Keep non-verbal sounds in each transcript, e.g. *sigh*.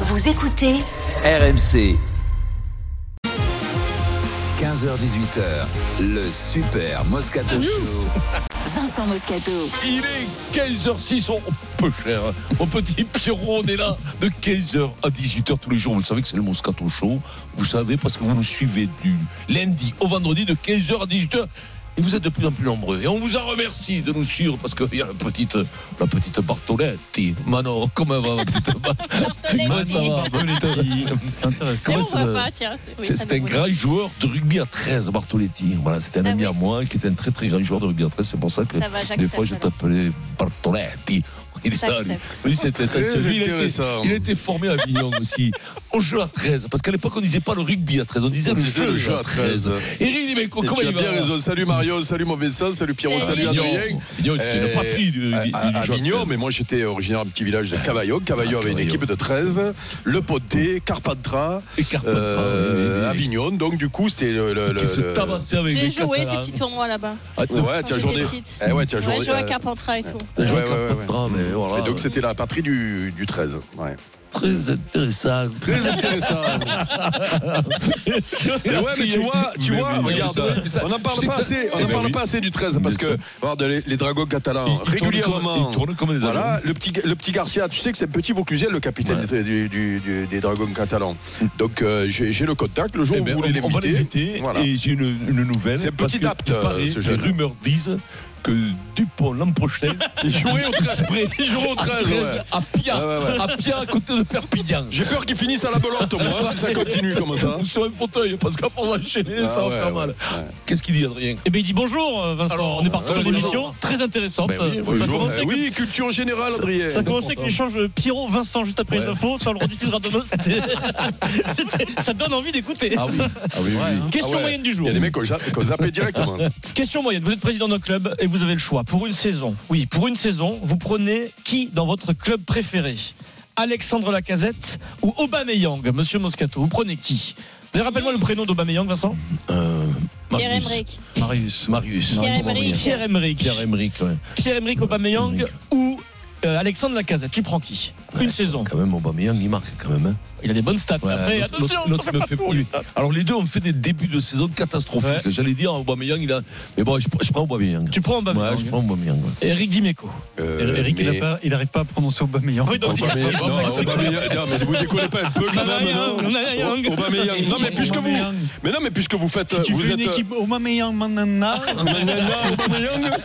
Vous écoutez RMC. 15h18h, le super Moscato Show. Vincent Moscato. Il est 15h06, on peut cher. hein. Mon petit Pierrot, on est là de 15h à 18h tous les jours. Vous le savez que c'est le Moscato Show. Vous savez parce que vous nous suivez du lundi au vendredi de 15h à 18h. Et vous êtes de plus en plus nombreux. Et on vous en remercie de nous suivre parce qu'il y a la petite, la petite Bartolette. Manon, comment va ma petite *laughs* Bartolette Comment ça va, Bartoletti Comment ça va c'est c'est un grand joueur de rugby à 13, Bartoletti. Voilà, c'était un Ah ami oui. à moi qui était un très très grand joueur de rugby à 13. C'est pour ça que Ça va, j'accepte, des fois je alors. t'appelais Bartoletti. Il est là, lui. J'accepte. Oui, c'était Très lui, il a, été, intéressant. il a été formé à Avignon aussi, *laughs* au jeu à 13. Parce qu'à l'époque, on disait pas le rugby à 13, on disait On le, disait jeu, le jeu à 13. Eric Dimeco, Et comment tu as il va bien raison. Salut Mario, salut Mauvais Sens, salut Pierrot, Salut. salut Avignon, Adrien. Avignon, c'était Euh, une patrie du, du- À, du à jeu à Avignon, 13. mais moi j'étais originaire d'un petit village de Cavaillot. Cavaillot avait une ah, Cavaillot. équipe de 13, Le Poté, Carpentras, Et Carpentras, oui, oui, euh, oui. Avignon. Donc du coup, c'était le. le- qui le- se le- tabassait avec J'ai les joué ces Catalans. petits tournois là-bas. Ah, de- Ouais, quand tiens, j'étais journée. petite. Eh ouais, tiens, Ouais, journée. joué à euh, Carpentras et tout. T'as joué ouais, à ouais, ouais. Carpentras, mais oh voilà. Et donc c'était la patrie du, du 13. ouais. très intéressant. Très intéressant. Mais ouais, mais tu vois, tu Mais vois, oui, mais regarde, ça, mais ça, on n'en je parle sais pas que ça- assez, on Eh n'en ben parle oui. pas assez du 13 parce Bien que regarde, les, les dragons catalans Ils- ils tournent comme- régulièrement. ils tournent comme des voilà, avions. le petit le petit Garcia, tu sais que c'est petit Vauclusiel, le capitaine du- du- du- des dragons catalans. Donc euh, j'ai j'ai le contact. Le jour Eh où ben, vous on, voulez on va l'inviter, l'inviter voilà. et j'ai une, une nouvelle. C'est un parce petit que apte, il euh, paraît, ce les jeune. rumeurs disent que Dupont l'an prochain *laughs* Il jouait *laughs* au 13. Il jouerait au 13. ouais. à Pia, Ouais, ouais, ouais. à Pia à côté de Perpignan. J'ai peur qu'il finisse à la belote, moi, hein, si ça continue comme ça. Sur un fauteuil, parce qu'à force d'enchaîner, Ah ça va ouais, faire ouais, mal. ouais. Qu'est-ce qu'il dit, Adrien Eh bien, il dit bonjour, euh, Vincent. Alors, on est parti ouais, sur une bonjour. émission très intéressante. Ben oui, Euh, ça, bonjour. commençait Eh avec, oui, culture générale, Adrien. ça commençait hein. avec l'échange Pierrot-Vincent euh, juste après les infos. Ça, on le *laughs* rediffusera demain. C'était- c'était- ça donne envie d'écouter. hein. oui, ah oui, oui, oui. Question Ah ouais. moyenne du Il jour. y a des mecs qui ont ja- qui ont zappé directement. Question moyenne. Vous êtes président d'un club et vous avez le choix. Pour une saison, oui, pour une saison, vous prenez qui dans votre club préféré Alexandre Lacazette ou Aubameyang Monsieur Moscato, vous prenez qui Rappelle-moi le prénom d'Aubameyang, Vincent Euh, Pierre Marius. Emerick. Marius. Marius. Pierre Marius. Emerick. Pierre-Emerick. Pierre-Emerick, ouais. Pierre-Emerick Aubameyang ou euh, Alexandre Lacazette Tu prends qui Une saison. Quand même, Aubameyang, il marque quand même. hein. Il a des bonnes stats. mais Ouais, Après, l'autre- attention, l'autre- l'autre ça me pas fait pour plus. les stats. Alors, les deux ont fait des débuts de saison catastrophiques. J'allais dire, Aubameyang, il a. Mais bon, je, je prends Aubameyang. Tu prends Ouais, Aubameyang. je prends Aubameyang. ouais. Eric Dimeco. Euh, Eric, il mais- n'arrive pas, il arrive pas à prononcer Aubameyang. Oui, donc, Aubameyang- non, Aubameyang- non, mais vous décollez pas un peu quand même. non Aubameyang. Aubameyang. Non, mais puisque vous, Aubameyang. mais non, mais puisque vous faites, Si tu vous veux êtes. une équipe Aubameyang Manana, Nanana, Aubameyang,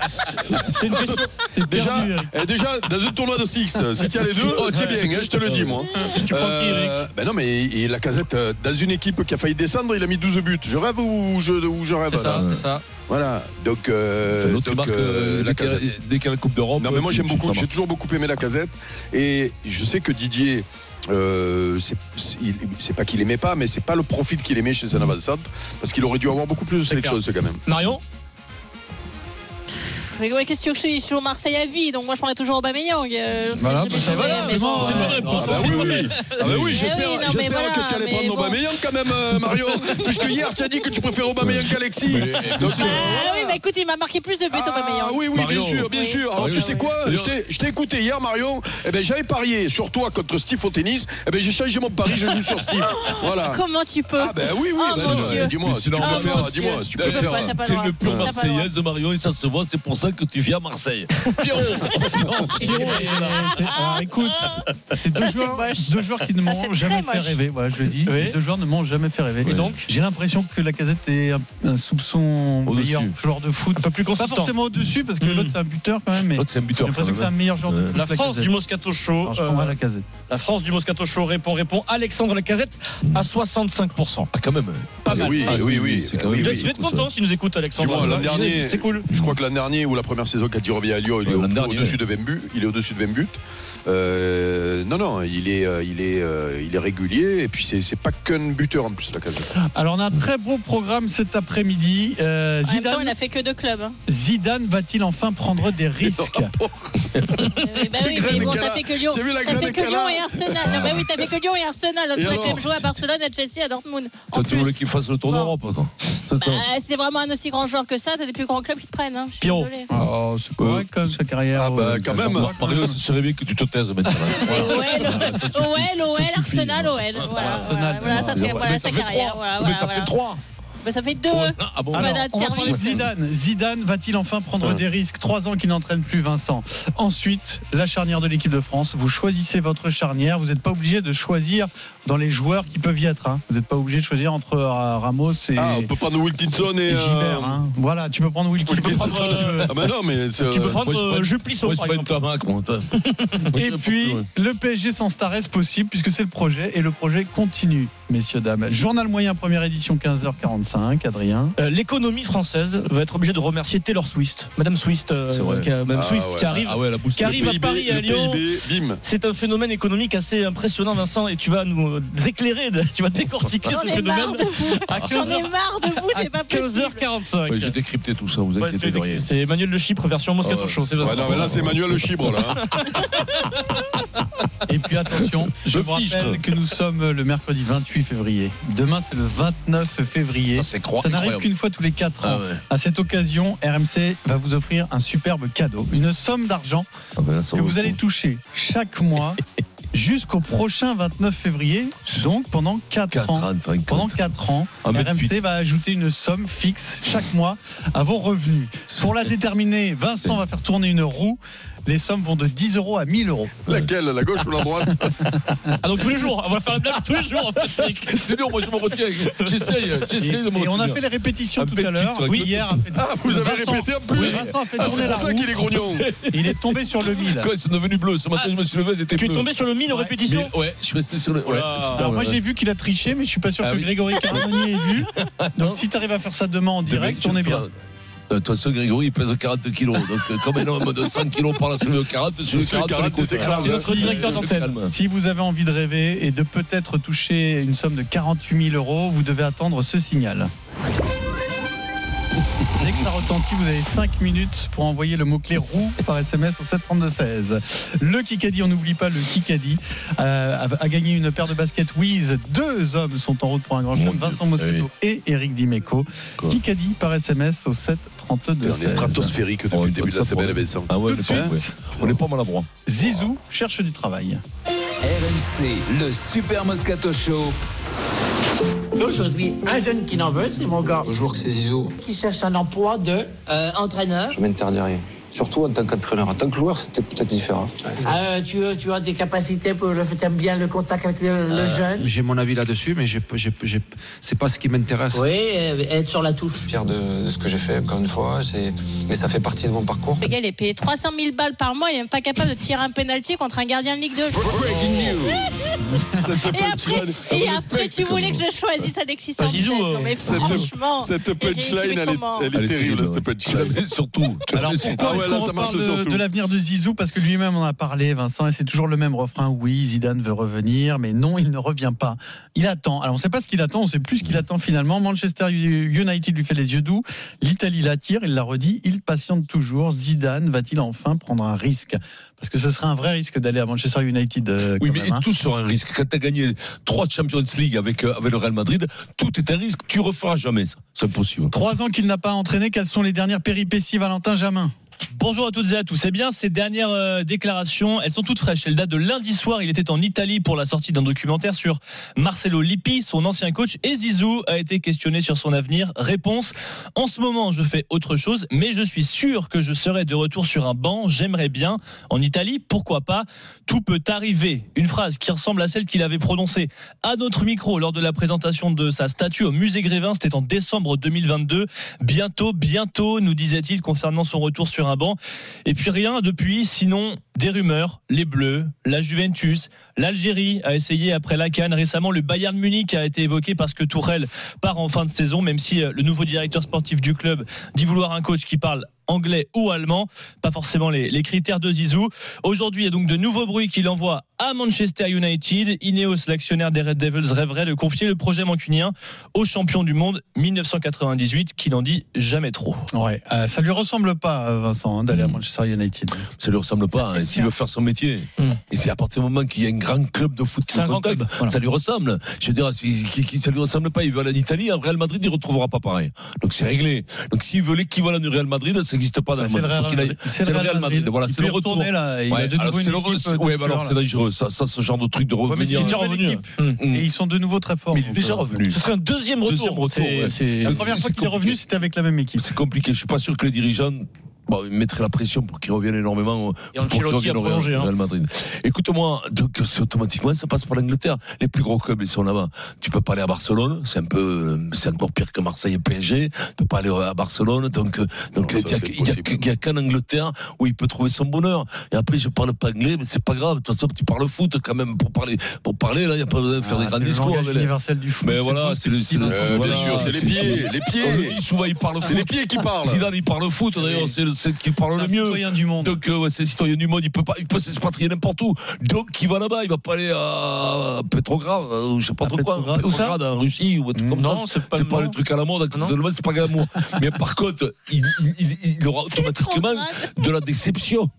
c'est hein. une question. t'es déjà, perdu. Eric. eh, déjà, dans un tournoi de six, si tu as les deux, c'est bien, hein, je te le dis, moi. Tu prends qui, Eric Euh, ben non, mais il- la casette, euh, dans une équipe qui a failli descendre, il a mis 12 buts. Je rêve ou je, ou je rêve là c'est ça. Voilà. Donc, euh, L'autre, il donc, marque euh, euh, la dès qu'il y a- casette. dès qu'il y a la Coupe d'Europe. euh, Non mais moi tu- j'aime tu- beaucoup, ça j'ai toujours beaucoup aimé la casette et je sais que Didier, euh, c'est il- c'est pas qu'il aimait pas, mais c'est pas le profil qu'il aimait chez un avant-centre parce qu'il aurait dû avoir beaucoup plus de sélection ce quand même. Marion Mais ouais, qu'est-ce que tu veux que je te dise Je suis au Marseille à vie, donc moi je prendrais toujours Aubameyang. euh, je Voilà, sais bah, jamais, ça va, mais c'est bon, bon, c'est euh, une bonne réponse. Ah bah oui, oui. Ah bah oui, j'espère Eh non, mais j'espère voilà, que tu allais mais prendre bon. Aubameyang quand même *laughs* euh, Mario, puisque hier tu as dit que tu préfères Aubameyang qu'Alexis. Donc, euh, Ah oui, bah écoute, il m'a marqué plus de buts Aubameyang. Ah oui, oui, Marion. bien sûr, bien Oui. sûr. Alors Marion, tu sais oui. quoi D'ailleurs- Je t'ai- Je t'ai écouté hier, Marion. Eh ben, j'avais parié sur toi contre Steve au tennis. Eh ben, j'ai changé mon pari, je joue *laughs* sur Steve. Voilà. Comment tu peux Ah ben oui, oui. Oh, ben, mon dis- Dieu. Dis-moi, Mais si tu sinon, Ah, peux mon faire, Dieu. dis-moi, si tu ah, Tu peux peux faire. pas, t'as pas T'es le droit. une pure T'as pas le Marseillaise, Marion, et ça se voit, c'est pour ça que tu viens à *laughs* Marseille. Pierrot, il est là. C'est- Alors Ah, écoute, Ah, c'est deux, Ça, c'est joueurs- moche. deux joueurs qui ne Ça, m'ont c'est jamais très fait moche. rêver. Voilà, je le dis. Oui. Ces Deux joueurs ne m'ont jamais fait rêver. Oui. Et donc, j'ai l'impression que la casette est un, un soupçon Au-dessus. meilleur joueur de foot. Un peu plus Pas consistant. forcément au-dessus, parce que Mm. l'autre, c'est un buteur quand même. Mais L'autre, c'est un j'ai buteur. l'impression que c'est un meilleur joueur de Ouais. foot. La France du Moscato Show. Alors, je euh, prendrai la casette. la France du Moscato Show répond, répond. Alexandre Lacazette à 65%. Ah, quand même. Pas Ah, mal. oui, Ah, oui, oui. c'est quand Vous même- êtes, vous êtes tout ça. content s'il nous écoute, Alexandre Hein, Dis-moi, l'an Il est- dernier- C'est cool. Je crois que l'an dernier ou la première saison quand il revient à Lyon, il est Ouais, l'an au- dernier, au-dessus de 20 buts. Il est au-dessus de 20 buts. Euh, non, non, il est, euh, il est, euh, il est régulier et puis c'est c'est pas qu'un buteur en plus la casette. ah, Alors, on a un très beau programme cet après-midi. Euh, En même temps, il Zidane, n'a fait que deux clubs. hein. Zidane va-t-il enfin prendre des risques Euh, Bah oui, grave, mais bon, mais t'as Cala- fait que Lyon. T'as vu la T'as fait grande que Lyon et Arsenal. Non, bah oui, t'as fait que Lyon et Arsenal. L'autre Et fois, tu alors aimes jouer à Barcelone, à Chelsea, à Dortmund. En Toi, tu voulais plus, qu'il fasse le tour Bon. d'Europe, quoi. C'est ça. bah, c'était vraiment un aussi grand joueur que ça. T'as des plus grands clubs qui te prennent. hein. Je suis Pierrot. désolée. Perret. Oh, c'est correct, quand même, sa carrière. Ah, bah, ouais. quand Par même. exemple, c'est rêvé que tu te taises maintenant. hein. *laughs* OL, OL, OL, suffit. Arsenal, OL. Voilà, Arsenal, voilà, voilà, ça fait, Mais ça voilà sa fait carrière. trois. Voilà, Mais voilà, ça Euh, fait voilà. trois. Mais ça fait deux. Ah bon Voilà. Alors, Fada de on va parler de service. Zidane. Zidane va-t-il enfin prendre Ouais. des risques Trois ans qu'il n'entraîne plus Vincent. Ensuite, la charnière de l'équipe de France. Vous choisissez votre charnière. Vous n'êtes pas obligé de choisir dans les joueurs qui peuvent y être. hein. Vous n'êtes pas obligé de choisir entre euh, Ramos et, Ah, on peut prendre Wilkinson et. et euh, Gilbert. hein. Voilà, tu peux prendre euh, Wilkins. Tu peux prendre, si tu veux. Ah, bah non, mais. c'est, Tu peux euh, prendre moi, je euh, prends- Jupplisson, Moi, par je prends une exemple. tamac, moi. *laughs* Et puis, ouais. le PSG sans star est possible puisque c'est le projet et le projet continue, messieurs, dames. Journal moyen, première édition, 15h45. Adrien. Euh, L'économie française va être obligée de remercier Taylor Swift, Madame Swift, euh, C'est vrai. qui a- Madame Ah Swift ouais. qui arrive. Ah ouais, la bouse. Qui arrive à PIB, Paris et à le Lyon. PIB, bim. C'est un phénomène économique assez impressionnant, Vincent, et tu vas nous euh, éclairer, de- *laughs* tu vas décortiquer J'en ce ai marre phénomène de vous. à J'en ai 15h, marre de vous, c'est pas possible. 15h45. Ouais, J'ai décrypté tout ça, vous Ouais, inquiétez de rien. Ah c'est Emmanuel Le Chypre version Moscato Ouais. Show, c'est Vincent. Ouais, non, mais là, c'est Manuel Le Chibre, là. *laughs* Et puis attention, je Le vous rappelle fichtre. que nous sommes le mercredi 28 février. Demain, c'est le 29 février. Ça, c'est croire. Ça n'arrive qu'une fois tous les 4 Ah ans. ouais. À cette occasion, RMC va vous offrir un superbe cadeau, une somme d'argent Ah ben, ça que vaut vous le allez coup. toucher *laughs* chaque mois jusqu'au prochain 29 février, donc pendant 4, Quatre ans. ans, tranquille. Pendant 4 ans, Ah, mais RMC va ajouter une somme fixe chaque mois à vos revenus. Pour la déterminer, Vincent va faire tourner une roue. Les sommes vont de 10 euros à 1000 euros. Laquelle La gauche ou la droite Ah, donc tous les jours, on va faire la blague tous les jours, en fait, Eric. C'est dur, moi je me *laughs* retiens. J'essaye, Et, j'essaye de me et on a retenir. fait les répétitions Un tout petit à l'heure. truc. Oui, hier. a fait- Ah, vous avez Vincent. répété en Oui, plus Vincent a fait Ah, tourner c'est la pour ça roue. qu'il est grognon Il est tombé sur le 1000. Quand ils sont devenus bleus, ce matin je me suis levé, c'était Tu es bleu. tombé sur le 1000 Ouais. répétition Mais- Ouais, je suis resté sur le. Ouais, Ah. super, Alors moi ouais. j'ai vu qu'il a triché, mais je suis pas sûr Ah que oui. Grégory Cardoni ait *laughs* vu. Donc si tu arrives à faire ça demain en direct, on est bien. Euh, Toi, ce Grégory, il pèse 40 kilos. Donc, euh, comme un homme de 100 kilos parle à celui de 40, celui de Celui de 40, 40, on l'écoute. c'est grave. C'est notre directeur Je me d'antenne. calme. Si vous avez envie de rêver et de peut-être toucher une somme de 48 000 euros, vous devez attendre *laughs* ce signal. Dès que ça retentit, vous avez 5 minutes pour envoyer le mot-clé roux par SMS au 732-16. Le Kikadi, on n'oublie pas le Kikadi, euh, a, a gagné une paire de baskets Wiz. Deux hommes sont en route pour un grand Mon chelem, Dieu. Vincent Moscato et Eric Dimeco. Quoi Kikadi par SMS au On est 732-16. stratosphérique Oh, depuis le une début de bonne la surprise. semaine, Vincent. Ah ouais, Tout de mais pas- ouais. suite, on n'est pas mal à bras. Zizou cherche du travail. RMC, le Super Moscato Show. Aujourd'hui, un jeune qui n'en veut, c'est mon gars, Bonjour, c'est Zizou. qui cherche un emploi de euh, entraîneur. Je m'interdis rien. Surtout en tant qu'entraîneur. En tant que joueur, c'était peut-être différent. Euh, tu, veux- tu as des capacités pour le aimes bien le contact avec le, le jeune. Euh, J'ai mon avis là-dessus, mais j'ai- j'ai- j'ai- c'est pas ce qui m'intéresse. Oui, euh, être sur la Je touche. suis fier de, de ce que j'ai fait, encore une fois. c'est- Mais ça fait partie de mon parcours. Le gars, il est payé 300 000 balles par mois, il est même pas capable de tirer un penalty contre un gardien de Ligue 2. *laughs* Breaking news Cette Et après, punchline, et après, tu voulais que je choisisse Alexis Bah, Sanchez. Zizou, Non, mais cette- franchement. cette punchline, Eric, elle est, comment elle est terrible, ouais. cette Tu punchline. l'avais surtout. tu Alors l'avais pourquoi Ah ouais, est-ce là, qu'on ça marche reparle de, surtout. de l'avenir de Zizou Parce que lui-même en a parlé, Vincent, et c'est toujours le même refrain. Oui, Zidane veut revenir, mais non, il ne revient pas. Il attend. Alors on ne sait pas ce qu'il attend, on sait plus ce qu'il attend finalement. Manchester United lui fait les yeux doux. L'Italie l'attire, il l'a redit, il patiente toujours. Zidane va-t-il enfin prendre un risque Parce que ce serait un vrai risque d'aller à Manchester United. euh, Oui, quand mais même, hein. tout sur un risque. Quand tu as gagné trois Champions League avec, euh, avec le Real Madrid, tout est un risque. Tu referas jamais ça. C'est impossible. Trois ans qu'il n'a pas entraîné, quelles sont les dernières péripéties, Valentin Jamin Bonjour à toutes et à tous. Eh bien, ces dernières euh, déclarations, elles sont toutes fraîches. Elles datent de lundi soir. Il était en Italie pour la sortie d'un documentaire sur Marcelo Lippi, son ancien coach. Et Zizou a été questionné sur son avenir. Réponse En ce moment, je fais autre chose, mais je suis sûr que je serai de retour sur un banc. J'aimerais bien en Italie. Pourquoi pas Tout peut arriver. Une phrase qui ressemble à celle qu'il avait prononcée à notre micro lors de la présentation de sa statue au musée Grévin. C'était en décembre 2022. Bientôt, bientôt, nous disait-il concernant son retour sur un banc. Et puis rien depuis, sinon des rumeurs, les Bleus, la Juventus, l'Algérie a essayé après la Cannes récemment, le Bayern Munich a été évoqué parce que Tourelle part en fin de saison, même si euh, le nouveau directeur sportif du club dit vouloir un coach qui parle anglais ou allemand, pas forcément les, les critères de Zizou. Aujourd'hui, il y a donc de nouveaux bruits qu'il envoie à Manchester United. Ineos, l'actionnaire des Red Devils, rêverait de confier le projet mancunien au champion du monde 1998, qui n'en dit jamais trop. Ouais, euh, ça lui ressemble pas, euh, Vincent, hein, d'aller à Manchester United. Ça lui ressemble pas. c'est hein, sûr. S'il veut faire son métier, Mm. et c'est à partir du moment qu'il y a un grand club de foot qui C'est un le grand contacte, club, voilà. ça lui ressemble. Je veux dire, si, qui- qui- ça lui ressemble pas. Il veut aller en Italie, à Real Madrid, il retrouvera pas pareil. Donc c'est réglé. Donc s'il veut l'équivalent du Real Madrid, ça n'existe pas dans Bah, le c'est monde. le Real Faut qu'il aille- Madrid. C'est le Real Madrid. Voilà, Il c'est peut le y retour. retourner, là. Il a Ouais, de nouveau alors, une c'est le équipe, re- euh, ouais, bah, alors là. c'est dangereux. Ça, ça, ce genre de truc de Ouais, mais c'est revenir. une déjà nouvelle revenu. équipe. Hum. Mm. Et ils sont de nouveau très forts. Mais il est donc, déjà euh, revenu. Ce serait un deuxième retour. Deuxième retour, C'est- ouais. c'est- La première C'est fois qu'il compliqué. est revenu, c'était avec la même équipe. C'est compliqué. Je suis pas sûr que les dirigeants bon, ils mettraient la pression pour qu'ils reviennent énormément. Et pour qu'ils Ancelotti a reviennent au Real- prolongé, hein. Real Madrid. Écoute-moi, donc c'est automatiquement ça passe par l'Angleterre. Les plus gros clubs ils sont là-bas. Tu peux pas aller à Barcelone, c'est un peu, euh, c'est encore pire que Marseille et PSG. Tu peux pas aller à Barcelone, donc euh, donc il y Non, a- ça, c'est il y a, impossible. qu'il y a qu'en Angleterre où il peut trouver son bonheur. Et après je parle pas anglais, mais c'est pas grave. De toute façon tu parles foot quand même pour parler pour parler là, il y a pas besoin de faire Ah, des grands c'est le discours. langage mais- universel du foot. Mais C'est voilà, quoi, c'est le- c'est le- Euh, Voilà, bien sûr, c'est les c'est- pieds, les On le pieds. dit souvent, il parle C'est foot. les pieds qui parlent. Zidane, il parle foot, d'ailleurs, c'est le- c'est qui parle un le mieux. citoyen du monde. Donc, euh, ouais, c'est le citoyen du monde, il peut, pas, il peut s'expatrier n'importe où. Donc, il va là-bas, il va pas aller à Petrograd, euh, ou je sais pas À trop quoi. Petrograd. Mm. Petrograd, en Russie, ou un truc comme ça. Non, c'est pas C'est le pas moment. le truc à la mode, Non. actuellement, c'est pas glamour. Mais par contre, il, il- il- il aura automatiquement de la déception.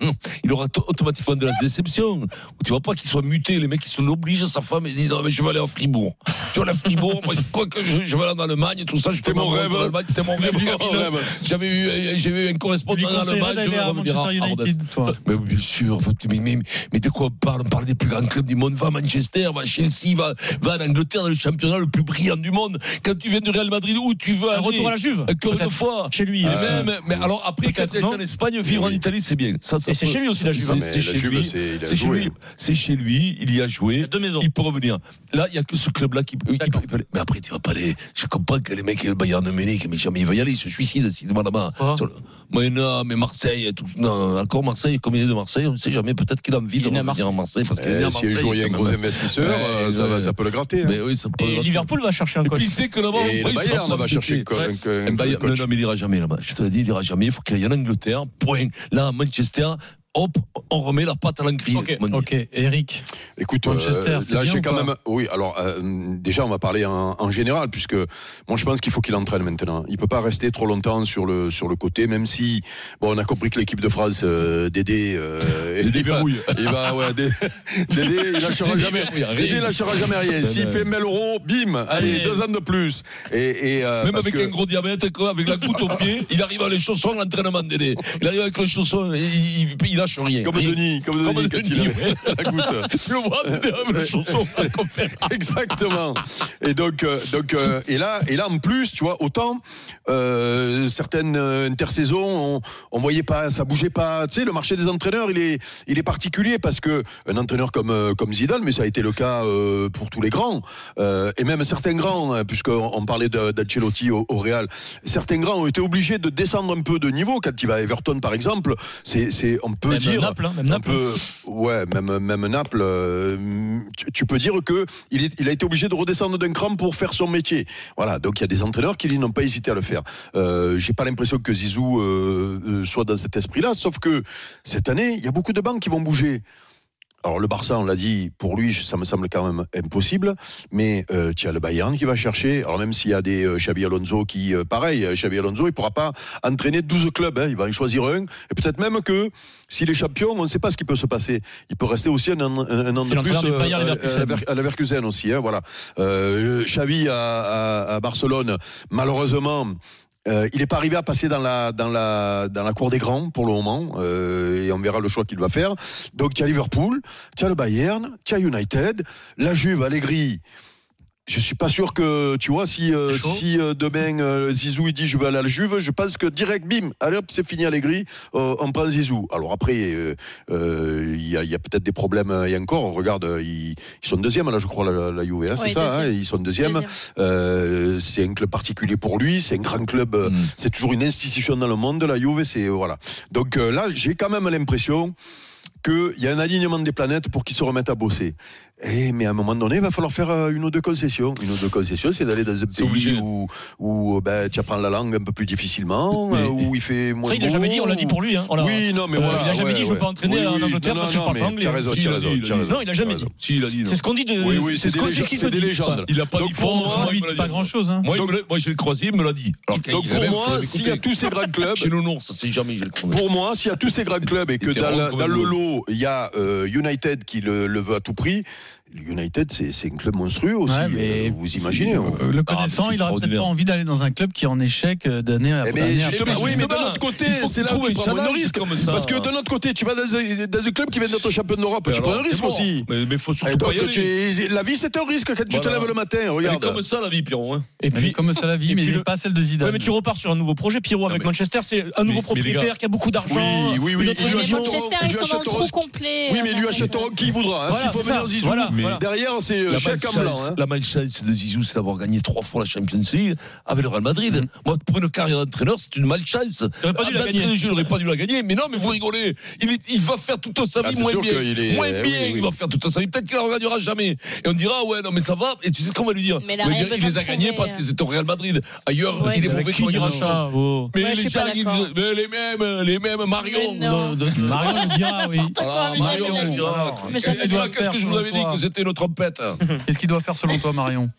Il aura to- automatiquement de la déception. Tu vois pas qu'il soit muté, les mecs, ils sont obligés, sa femme, il dit non, mais je vais aller à Fribourg. Tu vois, aller à Fribourg, moi, je crois que je, je vais aller en Allemagne, tout ça. C'était j'étais mon en- rêve. en Allemagne, C'était mon rêve. Mon rêve. J'avais eu, j'avais eu un On lui correspondant en conseillera Allemagne. je d'aller à me dirai, Manchester ah, Rodez. United, toi. Mais oui, bien sûr, faut- mais, mais, mais de quoi on parle On parle des plus grands clubs du monde. Va à Manchester, va à Chelsea, va, va en Angleterre, dans le championnat le plus brillant du monde. Quand tu viens du Real Madrid, où tu veux Un aller retour à la Juve. Encore une peut-être. fois. Chez lui. Ah, Et euh, même, mais alors après, quand peut-être, tu es non en Espagne, vivre Oui, en oui. Italie, c'est bien. Ça, ça Et c'est peut- chez lui aussi, la Juve, hein. C'est c'est chez lui. C'est chez lui. C'est chez lui. Il y a Il y joué. a deux maisons. Il peut revenir. Là, il n'y a que ce club-là qui peut. il peut- il peut aller. mais après, tu vas pas aller. Je comprends que les mecs, le Bayern de Munich, mais jamais il va y aller. Il se suicide s'il va là-bas. Pourquoi Sur le- Mais non, mais Marseille, et tout. Non, encore Marseille, comme il est de Marseille, on ne sait jamais. Peut-être qu'il a envie Il de est né à revenir en Marseille parce qu'il est né à Eh, Si Marseille. un jour il y a un quand gros même. investisseur, Ouais, euh, ça va- ouais. ça peut le gratter. hein. Mais oui, ça peut. Et Liverpool va chercher un Et puis coach. il sait que là-bas, en vrai, Et il le sera Bayern pas va impliqué. chercher un co- un Un Bayern- non, coach. non, mais il ira jamais là-bas. Je te l'ai dit, il ira jamais. Il faut qu'il aille en Angleterre. Point. Là, à Manchester, hop, on remet la patte à l'angry. Ok, comme on dit. Ok, Eric. Écoute, Manchester, euh, c'est là bien j'ai ou quand pas même. Oui, alors euh, déjà on va parler en, en général puisque moi je pense qu'il faut qu'il entraîne maintenant. Il peut pas rester trop longtemps sur le sur le côté, même si bon on a compris que l'équipe de France euh, Dédé euh, il va- Il va ouais, *laughs* Dé- Dédé il lâchera jamais. Dédé, rien. Dédé lâchera jamais rien. S'il fait 1000 euros, bim, allez Allez. deux ans de plus. Et, et, euh, Même parce avec que- un gros diabète, quoi, avec la goutte au pied, il arrive à les chaussons, l'entraînement d'aider. Il arrive avec les chaussons, et il, il- il lâche rien. comme Rien. Denis, comme Denis, Comme quand Denis, il ouais. avait la goutte. Je le vois, mais avec les chaussons, à la conférence. *laughs* Exactement. Et donc, euh, donc euh, et là, et là en plus, tu vois, autant euh, certaines euh, intersaisons, on, on voyait pas, ça bougeait pas. Tu sais, le marché des entraîneurs, il est, il est particulier parce que un entraîneur comme euh, comme Zidane, mais ça a été le cas euh, pour tous les grands euh, et même certains grands, hein, puisqu'on on parlait de- d'Ancelotti au, au Real, certains grands ont été obligés de descendre un peu de niveau quand il va à Everton, par exemple. C'est, c'est, on peut Même Eh ben dire. Naples, hein, même On Naples. peut- ouais, même, même Naples, euh, tu, tu peux dire que il, est- il a été obligé de redescendre d'un cran pour faire son métier. Voilà, donc il y a des entraîneurs qui lui, n'ont pas hésité à le faire. Euh, J'ai pas l'impression que Zizou euh, euh, soit dans cet esprit-là, sauf que cette année, il y a beaucoup de bancs qui vont bouger. Alors le Barça, on l'a dit, pour lui, ça me semble quand même impossible. Mais euh, tu as le Bayern qui va chercher. Alors même s'il y a des euh, Xabi Alonso qui, euh, pareil, euh, Xabi Alonso, il pourra pas entraîner 12 clubs. hein. il va en choisir un. Et peut-être même que s'il est champion, on ne sait pas ce qui peut se passer. Il peut rester aussi un, an- un- un an C'est de plus l'entraîneur du euh, Bayern Leverkusen. à la Ver- à la Verkusen aussi. hein, voilà. Euh, Xavi à, à- à Barcelone, malheureusement. euh, il n'est pas arrivé à passer dans la, dans, la, dans la cour des grands pour le moment, euh, et on verra le choix qu'il va faire. Donc, tu as Liverpool, tu as le Bayern, tu as United, la Juve, Allegri. Je suis pas sûr que, tu vois, si, euh, C'est chaud. si euh, demain euh, Zizou il dit je vais aller à la Juve, je pense que direct, bim, allez hop, c'est fini Allegri, euh, on prend Zizou. Alors après, euh, euh, il y a, il y a peut-être des problèmes, euh, et encore, regarde, euh, ils, ils sont deuxièmes là, je crois, la, la Juve, hein, c'est Oui, ça, hein, deuxième. ils sont deuxièmes. Euh, c'est un club particulier pour lui, c'est un grand club, euh, Mm. c'est toujours une institution dans le monde, la Juve, c'est voilà. Donc euh, là, j'ai quand même l'impression qu'il y a un alignement des planètes pour qu'ils se remettent à bosser. Eh, mais à un moment donné, il va falloir faire euh, une ou deux concessions. Une ou deux concessions, c'est d'aller dans un C'est pays obligé. où, où, euh, ben, tu apprends la langue un peu plus difficilement, Mais- euh, où il fait moins Ça, il l'a beau, jamais dit, on l'a dit pour lui. hein. On l'a- Oui, non, mais Euh, voilà, Il a jamais ouais, dit, je ouais. veux pas entraîner Oui, en oui, Angleterre non, parce que non, je parle mais pas anglais. t'as raison, Si, il t'as a raison, dit, il a t'as dit. raison. Non, il a jamais T'as dit. raison. Si, il a dit. non. C'est ce qu'on dit de. Oui, oui, c'est ce des qu'on- légendes, ce qui se c'est des dit. légendes. Il n'a pas Donc, dit pour France, moi, moi, il Lui, me l'a pas dit. grand-chose. hein. Moi, il me l'a- moi, je l'ai croisé, il me l'a dit. Alors, Donc pour moi, s'il y a tous ces grands *laughs* clubs, Chez Nounours, ça s'est jamais, je le connais. Pour moi, s'il y a tous ces grands clubs et que T'es dans, rond la- comme dans un le bleu. lot, il y a euh, United qui le, le veut à tout prix, United, c'est c'est un club monstrueux aussi. Ouais, mais- euh, vous imaginez hein. Euh, Le Ah, c'est connaissant, il aurait peut-être extraordinaire. pas envie d'aller dans un club qui est en échec euh, d'année Eh après ben, année. justement, Eh ben, oui, mais de justement, l'autre côté, il faut c'est là trouver où tu un prends un challenge risque. comme ça. Parce que de l'autre côté, tu vas dans un, dans un club qui vient d'être champion d'Europe. Tu Alors, prends un c'est risque bon. aussi. Mais il faut Et surtout pas donc, y aller. tu- la vie, c'est un risque quand tu te Voilà. lèves le matin. Elle est Regarde. comme ça la vie, Pierrot. hein. Et Puis, puis, comme ça la vie, et mais puis il n'est le- pas celle de Zidane. ouais, mais tu repars sur un nouveau projet, Pierrot, avec mais- Manchester. C'est un nouveau mais- mais les propriétaire gars- qui a beaucoup d'argent. Oui, oui, Une oui. autre il Mais lui les achèteront- Manchester, il ils lui sont dans le achèteront- trou complet. Oui, mais il lui Enfin, achèteront qui il voudra. hein. Voilà, S'il faut c'est ça. venir Zizou, Voilà, mais voilà. derrière, c'est La euh, chèque en blanc. malchance, hein. la malchance de Zizou, c'est d'avoir gagné trois fois la Champions League avec le Real Madrid. Mm. Moi, pour une carrière d'entraîneur, c'est une malchance. T'aurais pas dû la D'entrée gagner. de jeu, il aurait pas dû la gagner. Mais non, mais vous rigolez. Il, est- il va faire toute sa Ah, vie c'est moins sûr bien. qu'il est- Moins eh oui, bien, oui. il va faire toute sa vie. Peut-être qu'il la regagnera jamais. Et on dira, ouais, non, mais ça va. Et tu sais ce qu'on va lui dire Mais la On va Real dire, Il besoin les a de gagnés prouver, parce euh. que c'était au Real Madrid. Ailleurs, Ouais, il est mais mauvais Qui quand il dira reste. ça oh. Mais Ouais, je les suis gens, pas ils d'accord. disent, mais les mêmes, les mêmes, Marion. Mais non. Marion le dira, oui. Ah, mais Marion, j'aime elle bien. dira. Alors, Mais ça, Elle c'est dira, bien qu'est-ce faire que je pour vous le avais dit soir. que c'était une trompette *laughs* Qu'est-ce qu'il doit faire selon toi, Marion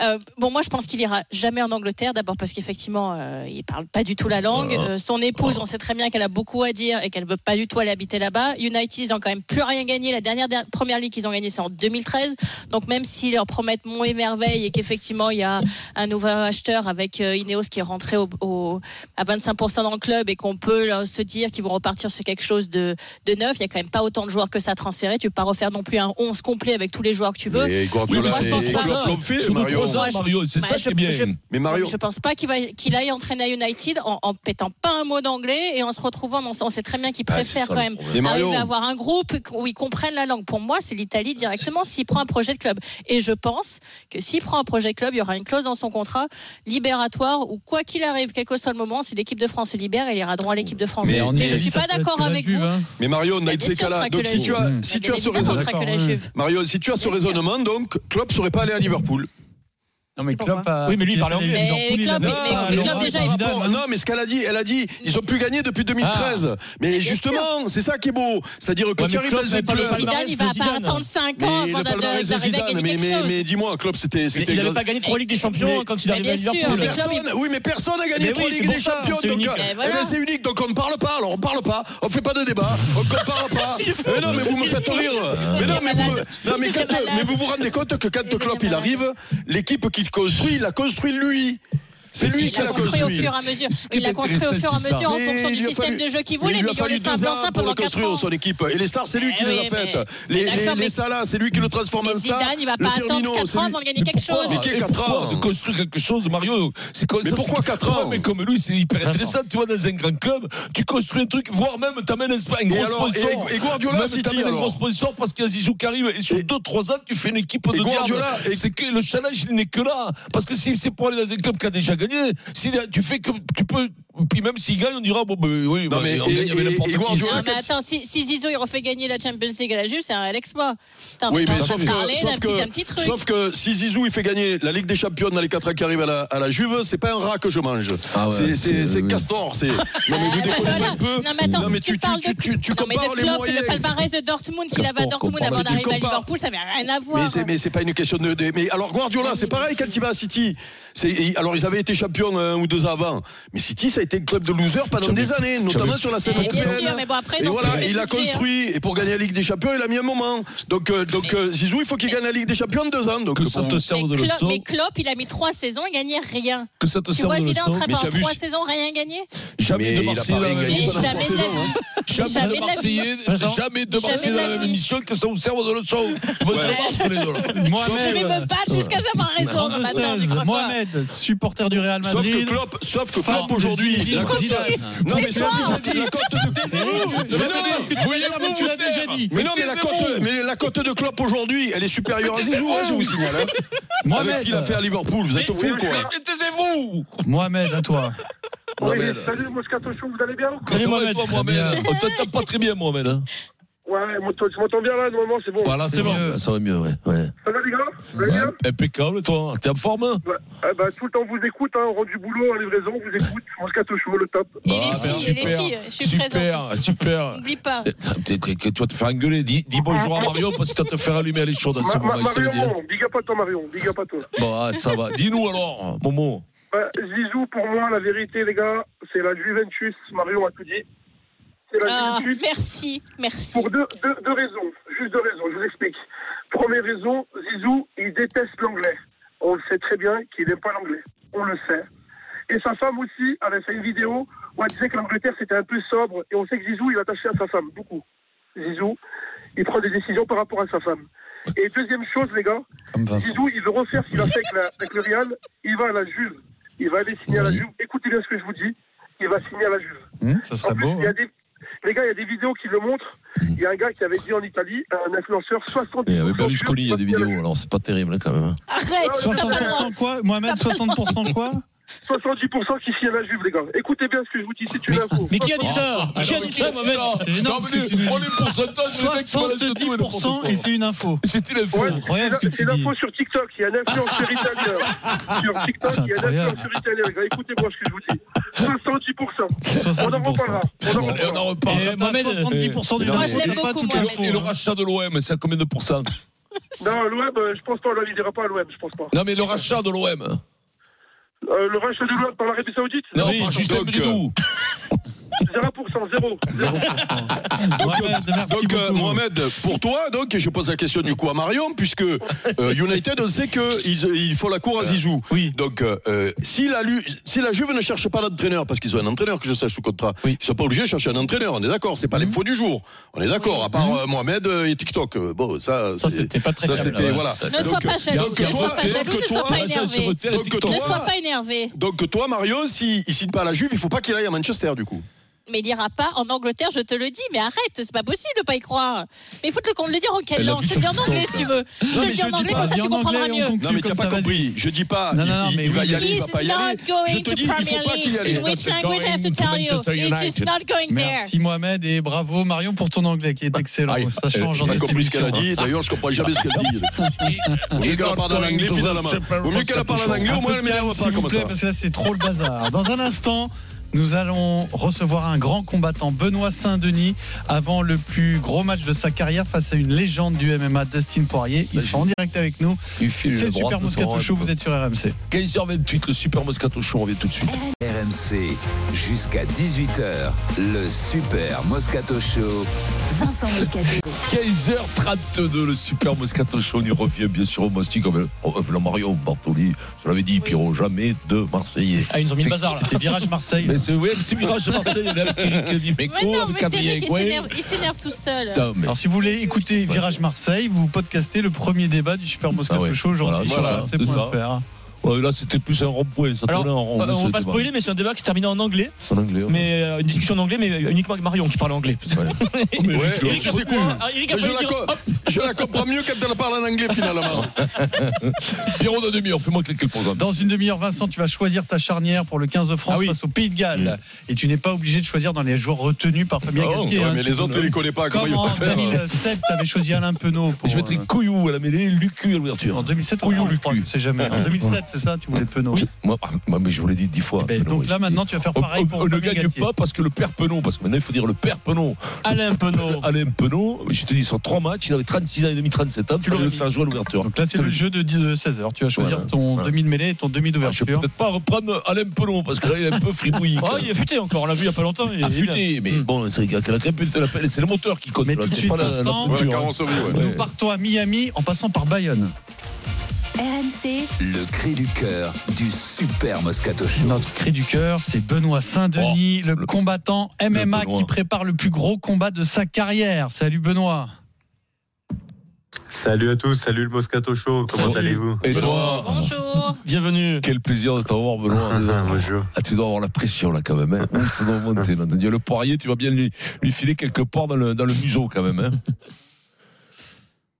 Euh, bon, moi, je pense qu'il ira jamais en Angleterre. D'abord parce qu'effectivement, euh, il parle pas du tout la langue. Euh, son épouse, on sait très bien qu'elle a beaucoup à dire et qu'elle veut pas du tout aller habiter là-bas. United, ils ont quand même plus rien gagné. La dernière, der- première ligue qu'ils ont gagnée, c'est en 2013. Donc même s'ils leur promettent mont et merveille et qu'effectivement il y a un nouveau acheteur avec euh, Ineos qui est rentré au, au- à 25% dans le club et qu'on peut euh, se dire qu'ils vont repartir sur quelque chose de, de neuf, il y a quand même pas autant de joueurs que ça à transférer. Tu peux pas refaire non plus un 11 complet avec tous les joueurs que tu veux. Mais Oui, mais Guardiola, moi, je pense c'est pas. Klopp l'ont fait, Sur nos Mario. trois ans, Moi, je- Mario, c'est Bah, ça je- qui est bien. je- Mais Mario, Je pense pas qu'il va qu'il aille entraîner à United en, en pétant pas un mot d'anglais et en se retrouvant. On, sait- on sait très bien qu'il Ah, c'est préfère ça, le quand même problème. mais Mario, arriver à avoir un groupe où ils comprennent la langue. Pour moi, c'est l'Italie directement s'il prend un projet de club. Et je pense que s'il prend un projet de club, il y aura une clause dans son contrat libératoire où quoi qu'il arrive, quel que soit le moment, si l'équipe de France se libère, il ira droit à l'équipe de France. Mais Mais, en je Italie, suis pas d'accord avec vous. hein. mais Mario, on a Bien été sûr, ce cas là. sera que Donc la si tu as, Juve. si Mais tu as bien ce évidemment, raisonnement, sera que la D'accord, Juve. Mario, si tu as ce Bien sûr. raisonnement, donc Klopp serait pas allé à Liverpool. Non, mais Pourquoi Klopp a- Oui, mais lui, il parlait anglais. Mais Klopp, mais- Ah, mais non, Klopp, non, déjà, non, il- non, hein. Bon, non, non, mais ce qu'elle a dit, elle a dit, ils ont plus gagné depuis 2013. Mais bien justement, c'est ça qui est beau. C'est-à-dire que Ah. Ouais, tu mais arrives Klopp dans un n'avait pas le club. palmarès. Zidane, il va de pas Zidane. attendre 5 ans Mais avant le d'a- palmarès de d'arriver à Zidane, gagner mais, quelque mais- chose. mais dis-moi, Klopp, c'était Il c'était n'avait pas gagné trois Ligues des Champions Mais- quand il est arrivé Mais à bien sûr, Liverpool. mais bien personne, oui, mais personne n'a gagné Mais trois oui, Ligues c'est des pour ça, Champions. c'est donc, unique. euh, Mais eh voilà. ben, c'est unique, donc on ne parle pas, alors on ne parle pas, on ne fait pas de débat, on ne compare *laughs* pas. mais non, mais vous me faites rire. Mais non, mais vous, malade. non, mais, Il est quand- malade. mais vous vous rendez compte que quand Il est Klopp il malade. arrive, l'équipe qu'il construit, il l'a construit lui. C'est Mais lui Il qui l'a l'a construit au construit. fur et à mesure. Ce qui Il l'a est construit au fur et intéressant, à mesure en c'est fonction du ça. Mais il lui a système fallu- de jeu qu'il Mais voulait, il lui mais a il a fallu laissé un deux ans blanc-seing pour le pendant 4 construire ans. son équipe. Et les stars, c'est lui Eh qui les oui, a faites. mais- Les, mais les, d'accord, les mais- Salah, c'est lui qui le transforme Mais en star. Zidane, il va Le pas Firmino, attendre 4 c'est ans lui- avant de gagner quelque chose. Mais qui est quatre Pourquoi ans de euh, construire quelque chose, Mario C'est comme Mais ça, pourquoi c'est- quatre Ouais, ans Mais comme lui, c'est hyper intéressant. Tu vois, dans un grand club, tu construis un truc, voire même t'amènes un, un Et gros alors, et- sponsor. et Guardiola, Même City, t'amènes un alors gros sponsor parce qu'il y a Zizou qui arrive. Et sur Et- 2-3 ans, tu fais une équipe de Et diable. Guardiola, et- C'est que le challenge, il n'est que là. Parce que si c'est pour aller dans un club qui a déjà gagné, si là, tu fais que tu peux. Puis même s'il gagne, on dira bon, ben oui, Non, bah, mais on et- gagne avec et- n'importe et qui. Guardiola, Non, mais attends, si, si Zizou il refait gagner la Champions League à la Juve, c'est un réel exploit. Putain, Oui, on mais peut sauf que, parler d'un sauf, petit, d'un petit que, truc. sauf que si Zizou il fait gagner la Ligue des Champions dans les 4 ans qui arrivent à la, à la Juve, c'est pas un rat que je mange. Ah ouais, c'est c'est- c'est- c'est oui. Castor. c'est- Non, *laughs* Ah, mais vous bah déconnez pas voilà. un peu. Non, mais attends, tu, tu, parles tu, de, tu, tu non, mais compares de les Klopp, moyens. le palmarès de Dortmund qu'il avait à Castor, Dortmund compare, avant mais tu d'arriver à compares. Liverpool, ça n'avait rien à voir. Mais c'est, mais c'est pas une question de, de- Mais alors Guardiola, c'est pareil quand il va à City. C'est, il- alors ils avaient été champions un ou deux ans avant. Mais City, ça a été un club de losers pendant J'avais- des années, notamment j'avais- sur la Mais scène bien européenne. sûr, mais bon, après, Et ils ont voilà, plus et de il budget, a hein. construit. Et pour gagner la Ligue des Champions, il a mis un moment. Donc, euh, donc euh, Zizou, il faut qu'il gagne la Ligue des Champions en deux ans. Donc, Que pour ça vous- te serve de Mais Klopp, leçon. mais Klopp, il a mis 3 saisons, il gagnait rien. Que ça te Tu serve vois, de Zidane, leçon. très Mais bien, t'as en vu, 3 saisons, rien gagné. Jamais Mais de il a Marseille pas dans la rien même gagné Mais pendant émission. jamais de trois saisons, hein. la vie. Jamais de Jamais de la vie. Marseillais, Vincent jamais de Jamais Marseillais de dans la la même vie. émission que ça vous serve de leçon. Ils vont se Ouais. battre les deux. *laughs* Je vais me battre jusqu'à j'avoir raison. Non, mais attends, tu 16, crois quoi Mohamed, supporter du Real Sauf que Madrid. Klopp, sauf que Fan Klopp de aujourd'hui, la Zidane. cote- Zidane. non mais sauf que la cote de Mais non, mais tu l'as dit, tu l'as déjà dit. mais non mais la cote, mais la cote de Klopp aujourd'hui, elle est supérieure à Zizou, hein, je vous signale. hein. Avec ce qu'il a fait à Liverpool, vous êtes au fou quoi. Mais taisez-vous Mohamed, à toi. Mohamed. Salut Moscato Show, vous allez bien ou quoi Salut Mohamed. Mohamed. Toi, Mohamed. On t'entend pas très bien, Mohamed. hein. Ouais, moi, tu m'entends bien là, de moment, c'est bon. Voilà, c'est bon. Ça va mieux, ouais. ouais. Ça va les gars Vous allez Ouais, bien Impeccable, toi. T'es en forme hein Ouais. Ah bah, Tout le temps, vous écoute, hein, on rend du boulot, à livraison, vous écoute. Moscato Show, le top. Et Ah, les ben, filles, et les filles, je suis présente. Super, aussi. super. N'oublie pas. Eh, t'es- t'es- t'es- Tu vas te faire engueuler. Dis, dis bonjour à Mario parce que tu vas te faire allumer à hein, les choses dans ce Ma- moment. Ma- il se le dit. Marion, big up à toi, Marion, big up à toi. Bon, ah, ça va. Dis-nous alors, Momo. Bah, Zizou, pour moi, la vérité, les gars, c'est la Juventus. Marion a tout dit. C'est la Ah, Juventus. merci, merci. Pour deux, deux, deux raisons. Juste deux raisons, je vous explique. Première raison, Zizou, il déteste l'anglais. On le sait très bien qu'il n'aime pas l'anglais. On le sait. Et sa femme aussi avait fait une vidéo où elle disait que l'Angleterre c'était un peu sobre. Et on sait que Zizou, il est attaché à sa femme, beaucoup. Zizou, il prend des décisions par rapport à sa femme. Et deuxième chose, les gars, Comme Vincent. Zizou, il veut refaire ce qu'il a fait avec, la- avec le Real. Il va à la Juve. Il va aller signer à la Juve. Écoutez bien ce que je vous dis. Il va signer à la Juve. Hum, ça Ah serait En plus, beau. il y a des- Les gars, il y a des vidéos qui le montrent. Il y a un gars qui avait dit en Italie, un influenceur, 60 Et Eh, avec Berlusconi, il y a des vidéos, alors c'est pas terrible hein, quand même. hein. Arrête, t'as pas le droit. 60% quoi Mohamed, 60% quoi 70% qui signent à la Juve, les gars. Écoutez bien ce que je vous dis, c'est une info. Mais qui a dit ça Qui a dit ça, Mohamed C'est énorme ce que tu nous dis. Oh, les pourcentages, le mec qui balance de tout et n'importe 70% quoi. et c'est une info. C'est une info. Ouais, C'est incroyable c'est ce que tu une dis. info sur TikTok. Il y a un *laughs* influenceur italien. Sur TikTok, C'est il y a un incroyable. influenceur italien, les gars. Écoutez-moi ce que je vous dis. 70%. On en 70%. reparlera. On en Et on reparlera. en reparle. Et Mohamed, 70% du Moi, nombre, je on l'aime dit pas beaucoup, toutes Et Mohamed. les le- infos, Et le hein. rachat de l'OM, c'est à combien de pourcents Non, l'OM, euh, je pense pas, on ne dira pas à l'OM, je pense pas. Non, mais le rachat de l'OM. Euh, le rachat de l'OM par l'Arabie Saoudite Non, Oui, par Justin donc, Bridou. 0%, 0. Ah, Mohamed, *laughs* merci Donc euh, beaucoup. Mohamed, pour toi, donc je pose la question du coup à Marion, puisque *laughs* euh, United, on sait qu'ils ils font la cour à Zizou. Euh, Oui. Donc euh, euh, si, la, Lu- si la Juve ne cherche pas d'entraîneur, parce qu'ils ont un entraîneur que je sache sous contrat, ils sont pas obligés de chercher un entraîneur. On est d'accord, c'est pas Mhm. les faux du jour. On est d'accord. À part euh, Mohamed euh, et TikTok, Euh, bon ça, Ça, c'est- c'était pas très ça, clair, c'était- là, ouais. voilà. Ne sois Donc, pas jaloux, donc, ne toi- sois pas donc, jaloux, ne sois pas toi- Rachat énervé. sur Terre, Donc, TikTok. toi- Ne sois pas énervé. donc toi, Marion, si il signe pas à la Juve, il faut pas qu'il aille à Manchester du coup. Mais il ira pas en Angleterre, je te le dis. Mais arrête, c'est pas possible de pas y croire. Mais il faut te le- qu'on le dire en quelle Elle a langue. vu Je te le dis en son anglais TikTok, si tu veux. Je te mais le dis je en dis anglais, pas, comme ça dis tu en comprendras anglais, on mieux. comprend. Non mais Comme tu as ça, pas vas-y. compris. Je dis pas. Non, il- non, non, il- mais il va oui, y mais aller, il va He's pas y aller. not going Je te to dis, il Premier faut pas qu'il y League. aller. In which language I have to going to tell you? Manchester He's just United. not going there. Merci Mohamed et bravo Marion pour ton anglais qui est excellent. Ah, Ça change J'ai dans pas cette compris ce qu'elle a émission. dit. D'ailleurs, je comprends jamais ce qu'elle dit. Vaut mieux qu'elle parle en anglais, finalement. Vaut mieux qu'elle parle en anglais, au moins elle Un peu de calme, m'énerve pas s'il vous comme ça. plaît, parce que là c'est trop le bazar. Dans un instant, nous allons recevoir un grand combattant, Benoît Saint-Denis, avant le plus gros match de sa carrière face à une légende du MMA, Dustin Poirier. Il sera en direct avec nous. Il file C'est le le droit Super de Moscato droite. Show, vous êtes sur RMC. 15h28, le Super Moscato Show, on revient tout de suite. RMC, jusqu'à 18h, le Super Moscato Show. Vincent Moscato. 15h32, le Super Moscato Show, on y revient bien sûr au Mostic. On veut la Mario Bartoli, je l'avais dit, Pierrot, jamais de Marseillais. Ah, ils nous ont mis le bazar là. C'est Virage Marseille. Mais c'est ouais, le petit virage Marseille, il y en a qui- qui dit, mais Mais non, quoi, mais c'est vrai Camille qu'il Aguay s'énerve- il s'énerve tout seul. Putain, mais- Alors si vous voulez écouter Virage Marseille, vous podcastez le premier débat du Super Moscato Ah ouais, Show aujourd'hui. voilà, sur c'est ça. RMC.fr. Ouais, Là, c'était plus un rond-point, ça Alors, tournait en rond. euh, mais on c'est va pas débat. spoiler, mais c'est un débat qui se termine en anglais, En anglais, ouais. mais euh, une discussion en anglais, mais uniquement avec Marion qui parle anglais. Mais *laughs* Ouais, Eric, tu a- sais hein. quoi Ah, Eric a Mais je failli la, dire- co- je la comprends mieux quand elle parle en anglais finalement. Pierrot de demi-heure, fais-moi cliquer le programme. Dans une demi-heure, Vincent, tu vas choisir ta charnière pour le 15 de France Ah oui. face au Pays de Galles. Et tu n'es pas obligé de choisir dans les joueurs retenus par Fabien Mm. Oh, Galtier. Ouais, hein. mais les autres, tu les connais pas. Comment Comme ils vont en faire euh, 2007, tu avais choisi Alain Penaud. Pour, hein. Je mettrai euh, Couillou à la mêlée, Lucu à l'ouverture. en 2007, Couillou, on le cul. C'est jamais. En 2007, c'est ça, tu voulais Penaud. Moi, ah, moi, mais je vous l'ai dit dix fois. Eh ben, Penaud, donc oui. là, maintenant, tu vas faire On, pareil on- pour on ne Fabien gagne Galtier. pas parce que le père Penon, parce que maintenant il faut dire le père Penon, Alain Penaud. Alain Penon, je te dis, sur trois matchs, il avait 36 ans et demi, 37 ans, tu l'aurais le mis. faire jouer à l'ouverture. Donc là, Je c'est te le dis, jeu de 16h. Tu vas choisir Voilà, ton voilà. demi de mêlée et ton demi ah, Je vais d'ouverture. Ah, peut-être pas reprendre Alain Penon, parce que là, il est un *laughs* peu fribouillis. Oh, il est futé encore, on l'a vu il y a pas longtemps. Ah, il est- il est bien. Affûté, mais Mm. bon, c'est la- la crépite, la pelle, c'est le moteur qui compte. Mais là, tout de c'est suite, pas la- la Vincent, Ouais, couture, hein. carrosse, oui, ouais. Ouais. Nous partons à Miami en passant par Bayonne. RMC, Le cri du cœur du Super Moscato Show. Notre cri du cœur, c'est Benoît Saint-Denis, le, Oh, le- combattant MMA Benoît. qui prépare le plus gros combat de sa carrière. Salut Benoît. Salut à tous, salut le Moscato Show, comment Salut. allez-vous Et toi Bonjour. Ah, Bienvenue. Quel plaisir de t'avoir, *laughs* Benoît. Bonjour. Ah, tu dois avoir la pression là quand même. Hein. Ouh, Ça doit monter. Là. Le poirier, tu vas bien lui, lui filer quelque part dans le, dans le museau quand même. Hein.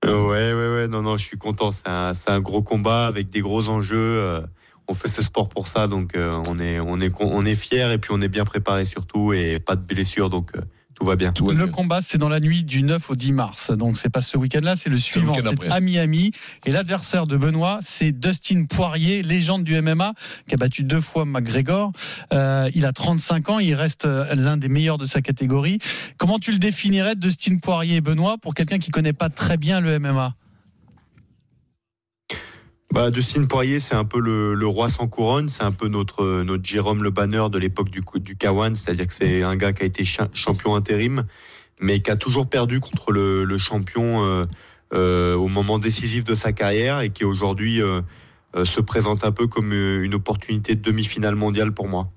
Euh, Ouais, ouais, ouais, non, non, je suis content, c'est un, c'est un gros combat avec des gros enjeux. euh, On fait ce sport pour ça, donc euh, on est, on est, con- on est fiers et puis on est bien préparé surtout et pas de blessures, donc euh, tout va bien. Tout va Le bien. combat, c'est dans la nuit du 9 au 10 mars. Donc, c'est pas ce week-end-là, c'est le le suivant. week-end C'est après. à Miami. Et l'adversaire de Benoît, c'est Dustin Poirier, légende du MMA, qui a battu deux fois McGregor. Euh, il a 35 ans, il reste euh, l'un des meilleurs de sa catégorie. Comment tu le définirais, Dustin Poirier, Benoît, pour quelqu'un qui connaît pas très bien le MMA Bah, Dustin Poirier, c'est un peu le, le roi sans couronne, c'est un peu notre, euh, notre Jérôme Le Banner de l'époque du, coup- du Kawan, c'est-à-dire que c'est un gars qui a été cha- champion intérim, mais qui a toujours perdu contre le, le champion euh, euh, au moment décisif de sa carrière et qui aujourd'hui euh, euh, se présente un peu comme euh, une opportunité de demi-finale mondiale pour moi.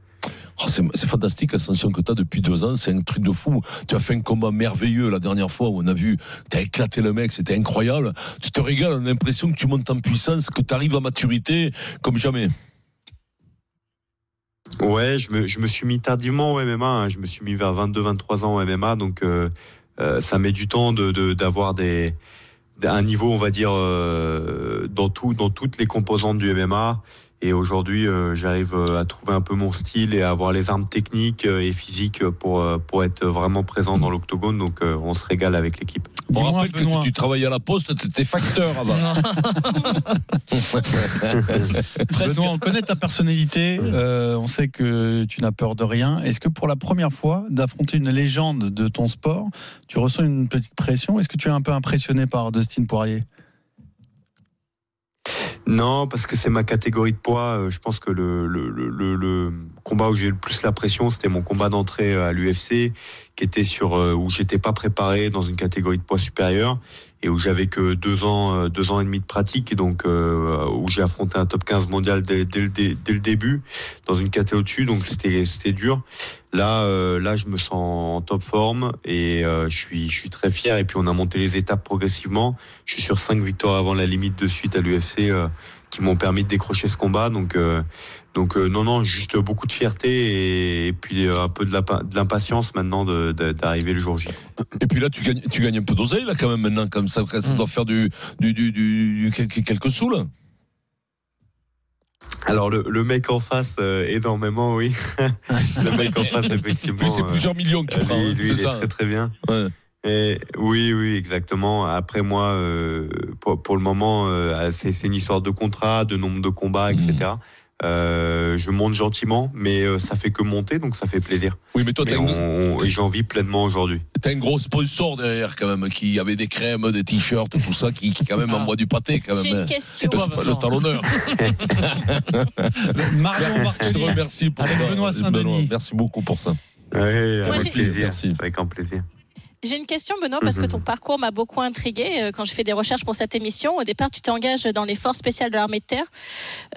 Oh, c'est c'est fantastique l'ascension que tu as depuis deux ans, c'est un truc de fou. Tu as fait un combat merveilleux la dernière fois où on a vu, tu as éclaté le mec, c'était incroyable. Tu te régales, on a l'impression que tu montes en puissance, que tu arrives à maturité comme jamais. Ouais, je me, je me suis mis tardivement au MMA. hein. Je me suis mis vers 22-23 ans au MMA. Donc, euh, euh, ça met du temps d'avoir de, d'avoir des d'un- un niveau, on va dire, euh, dans, tout, dans toutes les composantes du MMA. Et aujourd'hui, euh, j'arrive euh, à trouver un peu mon style et à avoir les armes techniques euh, et physiques pour, euh, pour être vraiment présent dans l'octogone. Donc, euh, on se régale avec l'équipe. On rappelle que tu, tu travaillais à la poste, tu étais facteur avant. Benoît, on connaît ta personnalité, euh, on sait que tu n'as peur de rien. Est-ce que pour la première fois d'affronter une légende de ton sport, tu ressens une petite pression Est-ce que tu es un peu impressionné par Dustin Poirier Non, parce que c'est ma catégorie de poids. Euh, Je pense que le, le, le- le- le combat où j'ai eu le plus la pression, c'était mon combat d'entrée euh, à l'UFC, qui était sur euh, où j'étais pas préparé dans une catégorie de poids supérieure et où j'avais que deux ans, euh, deux ans et demi de pratique, et donc euh, où j'ai affronté un top 15 mondial dès, dès le, dé- dès le début dans une catégorie au-dessus. Donc c'était c'était dur. Là, euh, là, je me sens en top forme et euh, je suis je suis très fier. Et puis on a monté les étapes progressivement. Je suis sur cinq victoires avant la limite de suite à l'UFC euh, qui m'ont permis de décrocher ce combat. Donc, euh, donc euh, non, non, juste beaucoup de fierté et, et puis euh, un peu de la- de l'impatience maintenant de- de- d'arriver le jour J. Et puis là, tu gagnes, tu gagnes un peu d'oseille, là, quand même, maintenant, comme ça, Mm. ça doit faire du, du, du, du- du- quelques, quelques sous, là. Alors le, le mec en face, euh, énormément, oui. *laughs* le mec en face, effectivement. Lui, c'est euh, plusieurs millions que tu lui, prends, hein, lui, c'est il est ça, très très bien. Et oui, oui, exactement. Après moi, euh, pour, pour le moment, euh, c'est c'est une histoire de contrat, de nombre de combats, Mhm. etc. Euh, je monte gentiment, mais euh, ça fait que monter, donc ça fait plaisir. hein. Oui, mais toi, t'as une- on- on- et j'en vis pleinement aujourd'hui. T'as un gros sponsor derrière, quand même, qui avait des crèmes, des t-shirts, tout ça, qui, qui, quand Ah. même, envoie du pâté, bah, quand même. J'ai une question. Le, sp- le talonneur. *laughs* Je *laughs* te remercie pour ça, Benoît. Merci beaucoup pour ça. Moi, avec j'ai- plaisir. Avec un plaisir. J'ai une question, Benoît, parce que Mhm. ton parcours m'a beaucoup intrigué euh, quand je fais des recherches pour cette émission. Au départ, tu t'engages dans les forces spéciales de l'armée de terre.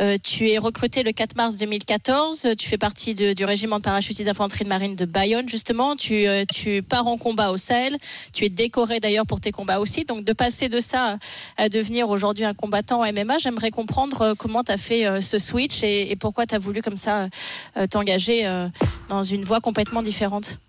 Euh, tu es recruté le 4 mars 2014. Tu fais partie de- du régiment de parachutistes d'infanterie de marine de Bayonne, justement. Tu, euh, tu pars en combat au Sahel. Tu es décoré d'ailleurs pour tes combats aussi. Donc, de passer de ça à devenir aujourd'hui un combattant MMA, j'aimerais comprendre euh, comment tu as fait euh, ce switch et, et pourquoi tu as voulu comme ça euh, t'engager euh, dans une voie complètement différente.